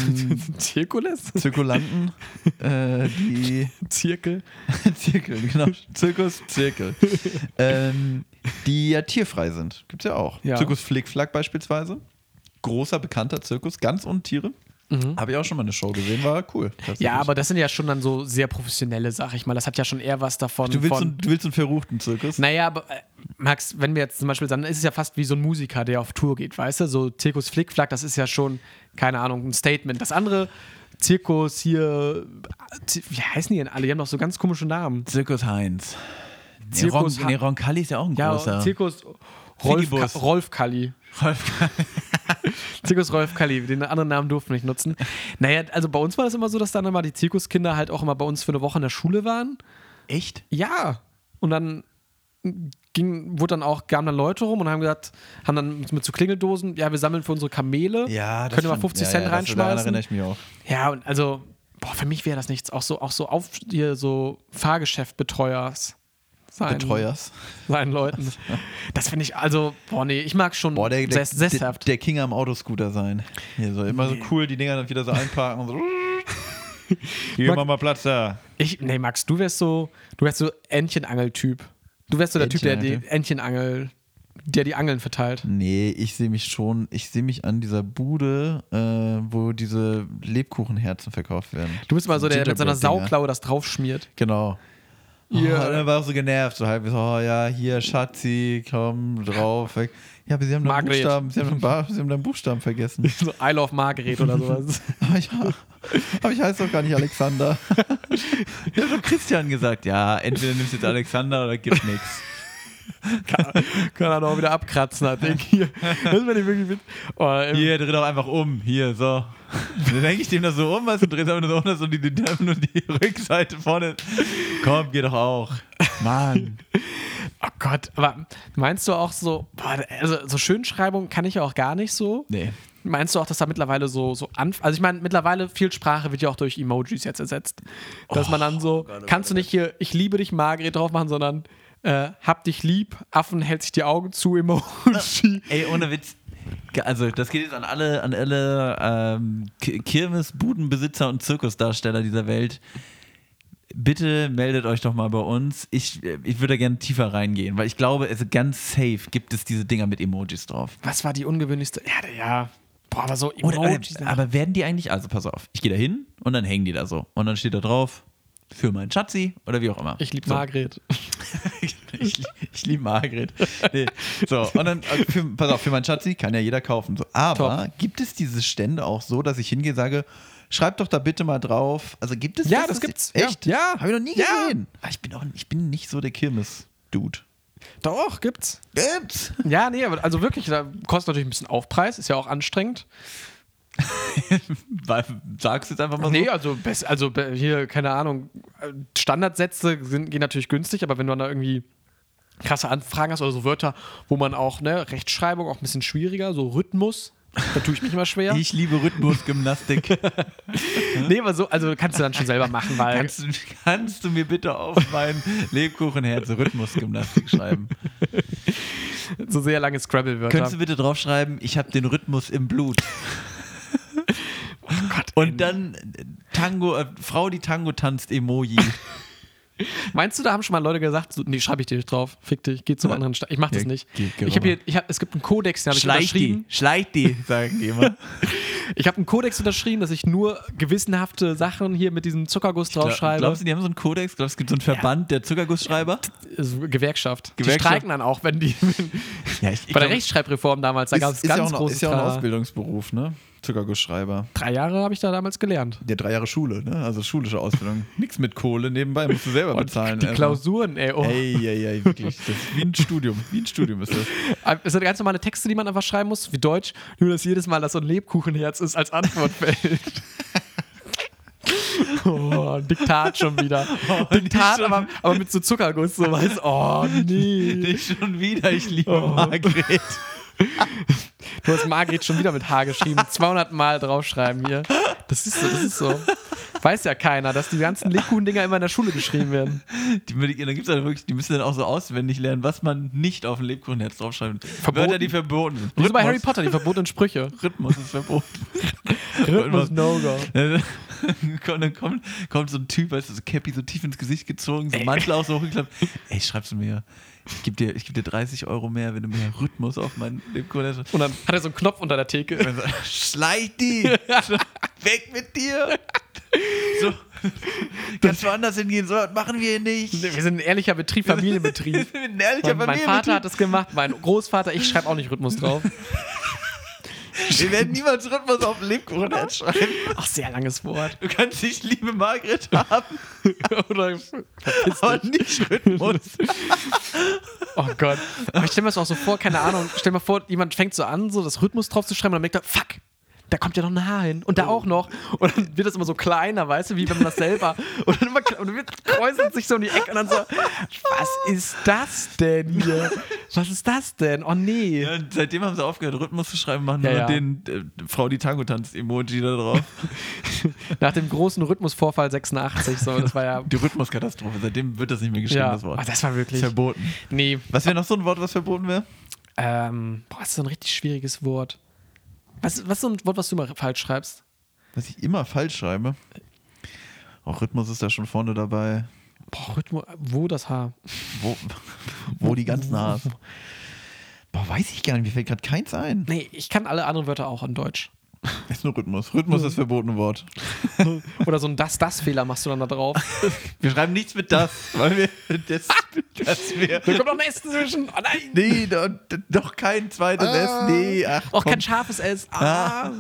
Zirkules? Zirkulanten, äh, die Zirkel? Zirkel, genau. Zirkus, Zirkel. ähm, die ja tierfrei sind. Gibt es ja auch. Ja. Zirkus Flickflack beispielsweise. Großer, bekannter Zirkus, ganz ohne Tiere. Habe ich auch schon mal eine Show gesehen, war cool. tatsächlich. Mhm. Ja, aber das sind ja schon dann so sehr professionelle, sag ich mal. Das hat ja schon eher was davon. Du willst, von, einen, du willst einen verruchten Zirkus? Naja, aber äh, Max, wenn wir jetzt zum Beispiel sagen, ist es ja fast wie so ein Musiker, der auf Tour geht, weißt du? So Zirkus Flickflack, das ist ja schon, keine Ahnung, ein Statement. Das andere Zirkus hier, äh, Zi- wie heißen die denn alle? Die haben doch so ganz komische Namen. Zirkus Heinz. Zirkus Zirkus Ron, nee, Roncalli ist ja auch ein Ja, großer. Zirkus Rolf, Figibus. Ka Rolf Kalli. Rolf- Zirkus Rolf Kalli, den anderen Namen durften wir nicht nutzen. Naja, also bei uns war das immer so, dass dann immer die Zirkuskinder halt auch immer bei uns für eine Woche in der Schule waren. Echt? Ja. Und dann ging, wurde dann auch, kamen dann Leute rum und haben gesagt, haben dann mit so Klingeldosen, ja, wir sammeln für unsere Kamele. Ja, das Können wir fand- 50 ja, Cent ja, das- Daran erinnere reinschmeißen. ich mich auch. Ja, und also, boah, für mich wäre das nichts. Auch so, auch so auf hier so Fahrgeschäftbetreuers. Sein, Betreuers. Seinen Leuten. Das finde ich, also, boah, nee, ich mag schon Boah, der, der, sess- der, sesshaft. der King am Autoscooter sein. Hier so, immer so cool, die Dinger dann wieder so einparken und so. Hier, Mag- mach mal Platz da. Ich, nee, Max, du wärst so, du wärst so Entchenangel-Typ. Du wärst so der Typ, der die Entchenangel? Entchenangel, der die Angeln verteilt. Nee, ich sehe mich schon, ich sehe mich an dieser Bude, äh, wo diese Lebkuchenherzen verkauft werden. Du bist mal so der, der mit seiner Gingerbread-Dinger. Sauklaue das draufschmiert. Genau. Ja. Oh, dann war ich auch so genervt, so halb so, oh ja, hier, Schatzi, komm, drauf, weg. Ja, aber sie haben den Margret. Buchstaben, sie haben den, Ba- sie haben den Buchstaben vergessen. So Isle of Margaret oder sowas. Aber ich, Ah, aber ich heiße doch gar nicht Alexander. Wir haben doch Christian gesagt, ja, entweder nimmst du jetzt Alexander oder gibt nichts. Kann er doch wieder abkratzen, hat Ding hier. Das wäre nicht wirklich wit- Oh, ähm, Hier, dreh doch einfach um, hier, so. Dann denke ich dem das so um, was und drehst einfach nur so um, dass so die, die, nur die Rückseite vorne. Komm, geh doch auch. Mann. oh Gott, aber meinst du auch so, boah, also so Schönschreibung kann ich ja auch gar nicht so. Nee. Meinst du auch, dass da mittlerweile so, so anf Also ich meine, mittlerweile viel Sprache wird ja auch durch Emojis jetzt ersetzt. Dass man Oh dann so, kannst du nicht hier, ich liebe dich, Margret drauf machen, sondern äh, hab dich lieb, Affen hält sich die Augen zu, Emoji. Ey, ohne Witz. Ge- Also, das geht jetzt an alle, an alle ähm, Ki- Kirmes, Budenbesitzer und Zirkusdarsteller dieser Welt. Bitte meldet euch doch mal bei uns. Ich, äh, ich würde da gerne tiefer reingehen, weil ich glaube, also ganz safe gibt es diese Dinger mit Emojis drauf. Was war die ungewöhnlichste? Ja, der- ja. Boah, aber so Oder, äh, Emojis. ne? aber werden die eigentlich, also pass auf, ich gehe da hin und dann hängen die da so. Und dann steht da drauf, für meinen Schatzi oder wie auch immer. ich liebe so. Margret. ich, ich liebe Margret. Nee. So, und dann, äh, für, pass auf, für meinen Schatzi kann ja jeder kaufen. So, aber gibt es diese Stände auch so, dass ich hingehe und sage, schreibt doch da bitte mal drauf. Also gibt es Ja, das gibt's. Ja. Echt? Ja. Habe ich noch nie Ja. gesehen. Ah, Ich bin, auch, ich bin nicht so der Kirmes-Dude. Doch, gibt's. Gibt's? Ja, nee, aber also wirklich, da kostet natürlich ein bisschen Aufpreis, ist ja auch anstrengend. Weil- Sag's jetzt einfach mal Nee, so. also, best, also be- hier, keine Ahnung, äh, Standardsätze sind, gehen natürlich günstig, aber wenn du dann da irgendwie krasse Anfragen hast oder so Wörter, wo man auch, ne, Rechtschreibung auch ein bisschen schwieriger, so Rhythmus, da tue ich mich immer schwer. Ich liebe Rhythmusgymnastik. nee, aber so, also kannst du dann schon selber machen, weil. kannst, du- kannst du mir bitte auf mein Lebkuchenherz Rhythmusgymnastik schreiben? so sehr lange Könntest Scrabble-Wörter. du bitte draufschreiben, ich habe den Rhythmus im Blut. oh Und dann äh, Tango, äh, Frau, die Tango tanzt, Emoji. Meinst du, da haben schon mal Leute gesagt, so, nee, schreibe ich dir nicht drauf, fick dich, geh zum Ja. anderen Stadt. Ich mach das Ja, nicht. geh- geh ich habe rüber. hier, ich hab, es gibt einen Kodex, den habe ich Schleicht die, unterschrieben. schleicht die, sagen die immer. Ich habe einen Kodex unterschrieben, dass ich nur gewissenhafte Sachen hier mit diesem Zuckerguss draufschreibe. Glaubst du, die haben so einen Kodex? Glaubst du, es gibt so einen Verband der Zuckergussschreiber? Also Gewerkschaft. Die Gewerkschaft. streiken dann auch, wenn die. Wenn Ja, ich, ich bei der glaub, Rechtschreibreform damals, da ist- gab es ist ganz ja auch noch- große Ist ja auch ein Tra- Ausbildungsberuf, ne? Zuckergussschreiber. Drei Jahre habe ich da damals gelernt. Der drei Jahre Schule, ne? Also schulische Ausbildung. Nichts mit Kohle nebenbei, musst du selber bezahlen. die also. Klausuren, ey. Oh. Ey, ey, ey, wirklich. Das ist wie ein Studium. Wie ein Studium ist das. Es Ah, sind ganz normale Texte, die man einfach schreiben muss, wie Deutsch, nur dass jedes Mal das so ein Lebkuchenherz ist als Antwortfeld. oh, Diktat schon wieder. Diktat, Oh, schon- aber, aber mit so Zuckerguss, so weißt Oh, nee. Nicht schon wieder, ich liebe Oh. Margret. Du hast Margret schon wieder mit H geschrieben. 200 Mal draufschreiben hier. Das ist so, das ist so. Weiß ja keiner, dass die ganzen Lebkuchen-Dinger immer in der Schule geschrieben werden. Die, mit- dann gibt's dann wirklich, die müssen dann auch so auswendig lernen, was man nicht auf ein Lebkuchenherz draufschreiben. Verboten. Wörter, die verboten sind. Wie so bei Rhythmus- Harry Potter, die verbotenen Sprüche. Rhythmus ist verboten. Rhythmus No-Go. dann kommt, kommt, kommt so ein Typ, weißt du, so Cappy so tief ins Gesicht gezogen, so Mantel auch so hochgeklappt. Ey, schreibst du mir, ich gebe dir, ich geb dir 30 Euro mehr, wenn du mir Rhythmus auf meinen Lebkuchenherz Und dann hat er so einen Knopf unter der Theke. Schleich die! Weg mit dir! So, kannst woanders hingehen, so was machen wir hier nicht. Wir sind ein ehrlicher Betrieb, Wir Familienbetrieb. sind ein ehrlicher Mein, mein Vater hat das gemacht, mein Großvater, ich schreibe auch nicht Rhythmus drauf. Wir werden niemals Rhythmus auf dem Lebkuchenherz schreiben. Ach, sehr langes Wort. Du kannst dich liebe Margret haben, Oder, aber nicht Rhythmus. oh Gott. Aber ich stelle mir das auch so vor, keine Ahnung, stell mir vor, jemand fängt so an, so das Rhythmus drauf zu schreiben und dann merkt er, fuck, da kommt ja noch ein Haar hin und da auch noch. Und dann wird das immer so kleiner, weißt du, wie wenn man das selber. Und dann immer, kle- und wird, kräuselt sich so in die Ecke und dann so, was ist das denn hier? Was ist das denn? Oh nee. Ja, und seitdem haben sie aufgehört, Rhythmus zu schreiben, machen nur Ja, noch ja. den äh, Frau, die Tango tanzt, Emoji da drauf. Nach dem großen Rhythmusvorfall 86, so, das war ja. Die Rhythmuskatastrophe, seitdem wird das nicht mehr geschrieben, ja. das Wort. Ah, das war ist wirklich. verboten. Nee. Was wäre noch so ein Wort, was verboten wäre? Ähm, boah, das ist so ein richtig schwieriges Wort. Was, was ist so ein Wort, was du immer falsch schreibst? Was ich immer falsch schreibe. Auch Rhythmus ist da schon vorne dabei. Boah, Rhythmus, wo das Haar? Wo, wo die ganzen Haars. Boah, weiß ich gar nicht, mir fällt gerade keins ein. Nee, ich kann alle anderen Wörter auch in Deutsch. Ist nur Rhythmus. Rhythmus ist verbotene Wort. Oder so ein Das-Das-Fehler machst du dann da drauf. Wir schreiben nichts mit das, weil wir das, das wir Da kommt noch ein S zwischen. Oh nein! Nee, da- d- doch kein zweites Ah. S. Nee, ach. Auch komm. kein scharfes S. Ah.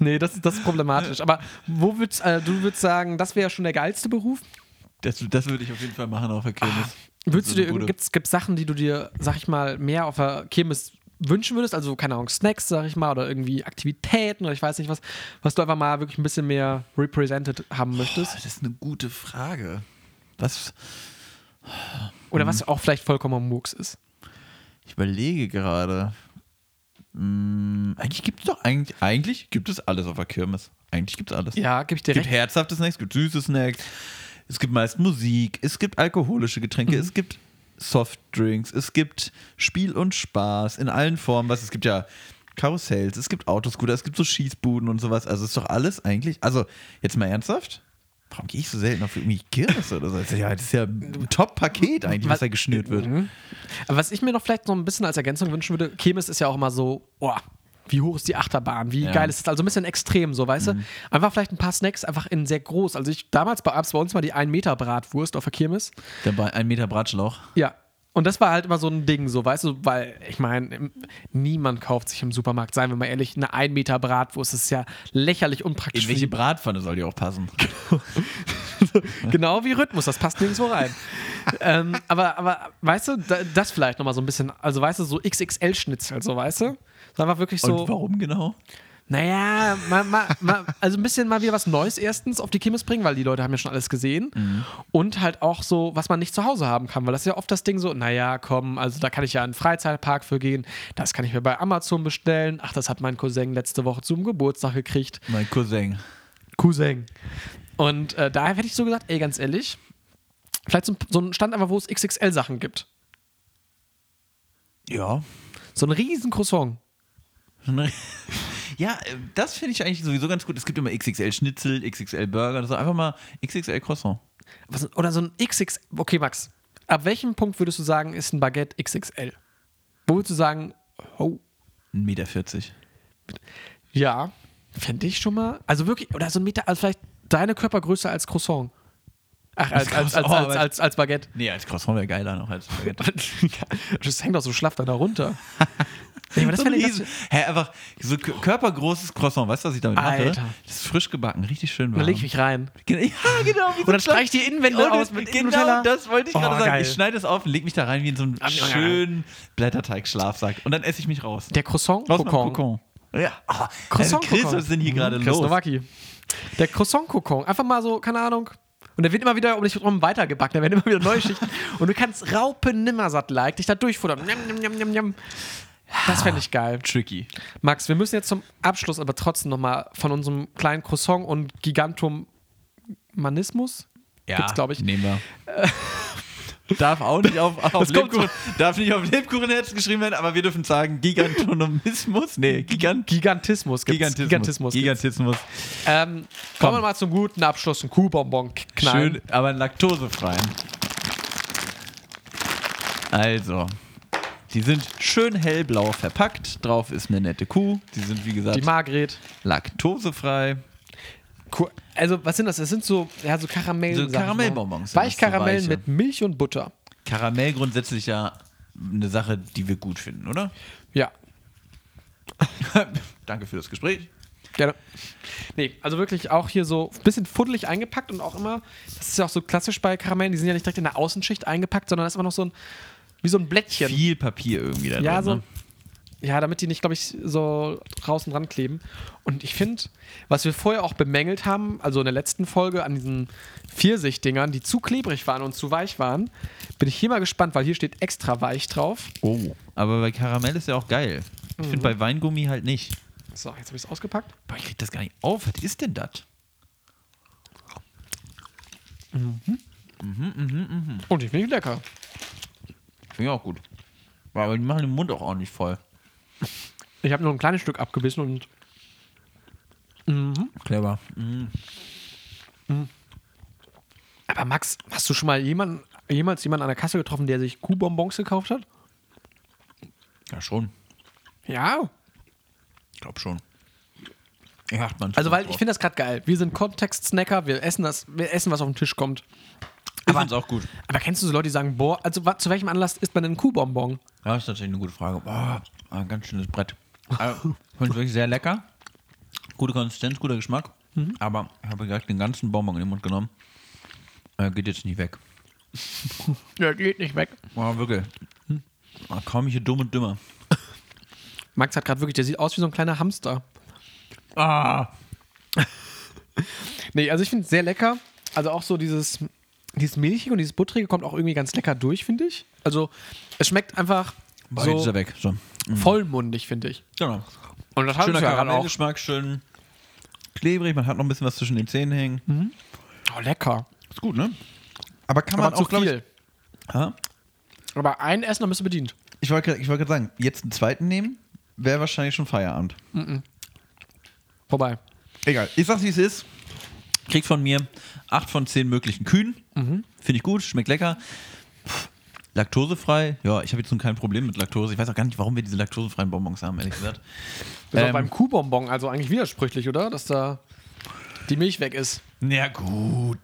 Nee, das, ist- das ist problematisch. Aber wo würdest äh, du würdest sagen, das wäre schon der geilste Beruf? Das, das würde ich auf jeden Fall machen auf der Kirmes. Würdest So du eine dir Bude. gibt's, gibt's Sachen, die du dir, sag ich mal, mehr auf der Kirmes wünschen würdest? Also, keine Ahnung, Snacks, sag ich mal, oder irgendwie Aktivitäten oder ich weiß nicht was, was du einfach mal wirklich ein bisschen mehr Ah, represented haben Boah, möchtest? das ist eine gute Frage. Was? Oder was auch vielleicht vollkommener Murks ist. Ich überlege gerade. Hm, eigentlich gibt es doch eigentlich, eigentlich gibt es alles auf der Kirmes. Eigentlich gibt es alles. Ja, gebe ich dir Es gibt recht. herzhafte Snacks, es gibt süße Snacks, es gibt meist Musik, es gibt alkoholische Getränke, Mhm. es gibt Softdrinks, es gibt Spiel und Spaß in allen Formen. Was es gibt ja Karussells, es gibt Autoscooter, es gibt so Schießbuden und sowas. Also ist doch alles eigentlich. Also jetzt mal ernsthaft. Warum gehe ich so selten auf irgendwie Kirmes oder so? Ja, das ist ja ein Top-Paket eigentlich, was da geschnürt wird. Mhm. Aber was ich mir noch vielleicht so ein bisschen als Ergänzung wünschen würde, Chemis ist ja auch immer so, oh, wie hoch ist die Achterbahn, wie Ja. Mhm. geil ist das, also ein bisschen extrem so, weißt du? Einfach vielleicht ein paar Snacks, einfach in sehr groß. Also ich, damals bei, gab's bei uns mal die 1 Meter Bratwurst auf der Kirmes. Dabei ein Meter Bratschlauch. Ja. Und das war halt immer so ein Ding, so, weißt du, weil ich meine, im- niemand kauft sich im Supermarkt, seien wir mal ehrlich, eine 1 Meter Bratwurst das ist ja lächerlich unpraktisch. In für welche die- Bratpfanne soll die auch passen? genau wie Rhythmus, das passt nirgendwo rein. ähm, aber, aber, weißt du, da, das vielleicht nochmal so ein bisschen, also weißt du, so XXL-Schnitzel, so, weißt du? Da war wirklich Und so, warum genau? naja, mal, mal, mal, also ein bisschen mal wieder was Neues erstens auf die Kimmes bringen, weil die Leute haben ja schon alles gesehen. Mhm. Und halt auch so, was man nicht zu Hause haben kann, weil das ist ja oft das Ding so, naja, komm, also da kann ich ja in einen Freizeitpark für gehen, das kann ich mir bei Amazon bestellen. Ach, das hat mein Cousin letzte Woche zum Geburtstag gekriegt. Mein Cousin. Cousin. Und äh, daher hätte ich so gesagt, ey, ganz ehrlich, vielleicht so, ein- so ein Stand einfach, wo es XXL-Sachen gibt. Ja, So ein riesen Croissant. Ja, äh, das finde ich eigentlich sowieso ganz gut. Es gibt immer XXL Schnitzel, XXL Burger, also einfach mal XXL Croissant. Was, oder so ein XX. Okay, Max, ab welchem Punkt würdest du sagen, ist ein Baguette XXL? Wo würdest du sagen, oh, 1,40 Meter. ja, fände ich schon mal. Also wirklich, oder so ein Meter, also vielleicht deine Körpergröße als Croissant. Ach, als, als, als, Croissant, als, aber- als, als Baguette. Nee, als Croissant wäre geiler noch als Baguette. das hängt doch so schlaff dann da runter. Nee, aber das so ein fände ich- das- Riesen, hä, einfach so k- körpergroßes Croissant. Weißt du, was ich damit mache? Alter. Das ist frisch gebacken, richtig schön warm. Da lege ich mich rein. Gen- ja, genau. wie so Oder ein streich die Innenwände Und aus mit Genau Nutella. das wollte ich Oh, gerade sagen. geil. Ich schneide es auf und lege mich da rein wie in so einen Am- schönen Blätterteig-Schlafsack. Und dann esse ich mich raus. Der Croissant Raus mit dem Kokon. Kokon. Ja. Oh, Croissant Chris, Kokon. was ist denn hier Mhm, gerade Chris los? Nowacki. Der Croissant Kokon. Einfach mal so, keine Ahnung. Und der wird immer wieder um dich herum weitergebacken. Da werden immer wieder neue Schichten. Und du kannst Raupen nimmersatt-like dich da durchfuttern. Njam, njam, njam, njam, njam. Das fände ich geil. Tricky. Max, wir müssen jetzt zum Abschluss aber trotzdem nochmal von unserem kleinen Croissant und Gigantomanismus Ja, gibt's, glaube ich. Nehmen wir. darf auch nicht auf, auf Das kommt Lebkuchen, darf nicht auf Lebkuchenherz geschrieben werden, aber wir dürfen sagen Gigantonomismus. Nee, Gigant Gigantismus gibt's. Gigantismus. Gigantismus. Gigantismus. Ähm, kommen wir mal zum guten Abschluss. Ein Kuhbonbon knallen. Schön, aber einen laktosefreien. Also, die sind schön hellblau verpackt. Drauf ist eine nette Kuh. Die sind, wie Die gesagt, Margret. laktosefrei. Cool. Also, was sind das? Das sind so, ja, so Karamellen. So sag ich mal. Karamellbonbons sind das, so Weichkaramellen weiche. mit Milch und Butter. Karamell grundsätzlich ja eine Sache, die wir gut finden, oder? Ja, Danke für das Gespräch. gerne. Nee, also wirklich auch hier so ein bisschen fuddelig eingepackt und auch immer, das ist ja auch so klassisch bei Karamellen, die sind ja nicht direkt in der Außenschicht eingepackt, sondern da ist immer noch so ein, wie so ein Blättchen. Viel Papier irgendwie da ja, drin. so. ne? Ja, damit die nicht, glaube ich, so draußen dran kleben. Und ich finde, was wir vorher auch bemängelt haben, also in der letzten Folge an diesen Pfirsich-Dingern, die zu klebrig waren und zu weich waren, bin ich hier mal gespannt, weil hier steht extra weich drauf. Oh. Aber bei Karamell ist ja auch geil. Ich Mhm. finde bei Weingummi halt nicht. So, jetzt habe ich es ausgepackt. Boah, ich krieg das gar nicht auf. Was ist denn das? Und ich finde lecker. Finde ich auch gut. Boah, Aber die machen den Mund auch ordentlich voll. Ich habe nur ein kleines Stück abgebissen und Clever. Aber Max, hast du schon mal jemanden, jemals jemanden an der Kasse getroffen, der sich Kuhbonbons gekauft hat? Ja, schon. Ja. Ich glaube schon. Ja, macht man Also, weil ich finde das gerade geil. Wir sind Kontext-Snacker, wir essen das, wir essen, was auf den Tisch kommt. finde es auch gut. Aber kennst du so Leute, die sagen, boah, also wa- zu welchem Anlass isst man denn einen Kuhbonbon? Ja, ist natürlich eine gute Frage. Boah, ein ganz schönes Brett. Also, ich finde es wirklich sehr lecker. Gute Konsistenz, guter Geschmack. Mhm. Aber ich habe gleich den ganzen Bonbon in den Mund genommen. Äh, geht jetzt nicht weg. Ja, geht nicht weg. Boah, wirklich. Ah, Kaum ich hier dumm und dümmer. Max hat gerade wirklich, der sieht aus wie so ein kleiner Hamster. Ah. Nee, also ich finde es sehr lecker. Also auch so dieses Dieses Milchige und dieses Buttrige kommt auch irgendwie ganz lecker durch, finde ich. Also, es schmeckt einfach Boah, jetzt ist so er weg. So. vollmundig, finde ich. Genau. Und das haben Schöner wir ja gerade auch. Karamellgeschmack, schön klebrig, man hat noch ein bisschen was zwischen den Zähnen hängen. Oh, lecker. Ist gut, ne? Hm. Aber kann Aber man zu auch, glaube viel. ich. Ha? Aber ein Essen, dann bist du bedient. Ich wollte grad- ich wollte gerade sagen, jetzt einen zweiten nehmen, wäre wahrscheinlich schon Feierabend. Vorbei. Egal, ich sag's wie es ist. Kriegt von mir 8 von 10 möglichen Kühen. Finde ich gut, schmeckt lecker. Pff, Laktosefrei, ja, ich habe jetzt nun kein Problem mit Laktose. Ich weiß auch gar nicht, warum wir diese laktosefreien Bonbons haben, ehrlich gesagt. Das ist Ähm. auch beim Kuhbonbon also eigentlich widersprüchlich, oder? Dass da die Milch weg ist. Na gut.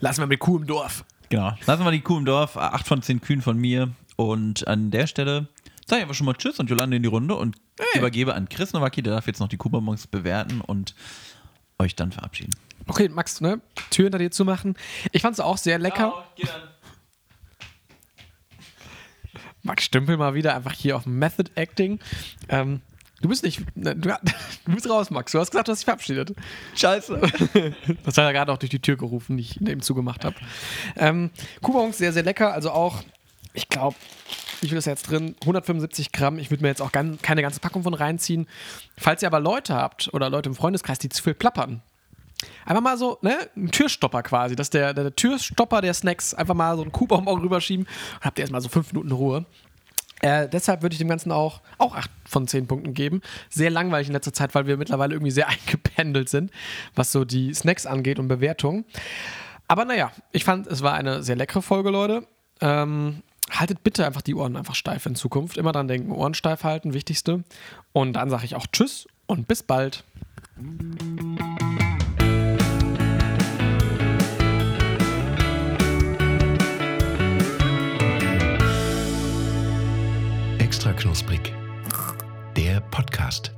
Lassen wir mit Kuh im Dorf. Genau. Lassen wir die Kuh im Dorf. 8 von 10 Kühen von mir. Und an der Stelle sage ich einfach schon mal Tschüss und Jolande in die Runde und übergebe an Chris Nowacki, der darf jetzt noch die Kuhbonbons bewerten und euch dann verabschieden. Okay, Max, ne? Tür hinter dir zu machen. Ich fand es auch sehr lecker. Max Stümpel mal wieder einfach hier auf Method Acting. Ähm, du bist nicht. Ne, du, du bist raus, Max. Du hast gesagt, du hast dich verabschiedet. Scheiße. Das hat er gerade auch durch die Tür gerufen, die ich eben zugemacht habe. Ähm, Kuhbons sehr, sehr lecker. Also auch, ich glaube, wie viel ist jetzt drin? 175 Gramm. Ich würde mir jetzt auch gan- keine ganze Packung von reinziehen. Falls ihr aber Leute habt oder Leute im Freundeskreis, die zu viel plappern, einfach mal so, ne, ein Türstopper quasi, dass der, der, der Türstopper der Snacks einfach mal so einen Kuhbonbon rüberschieben und habt ihr erstmal so fünf Minuten Ruhe. Äh, deshalb würde ich dem Ganzen auch, auch 8 von 10 Punkten geben. Sehr langweilig in letzter Zeit, weil wir mittlerweile irgendwie sehr eingependelt sind, was so die Snacks angeht und Bewertungen. Aber naja, ich fand, es war eine sehr leckere Folge, Leute. Ähm, haltet bitte einfach die Ohren einfach steif in Zukunft. Immer dran denken, Ohren steif halten, wichtigste. Und dann sage ich auch Tschüss und bis bald. Extra knusprig. Der Podcast.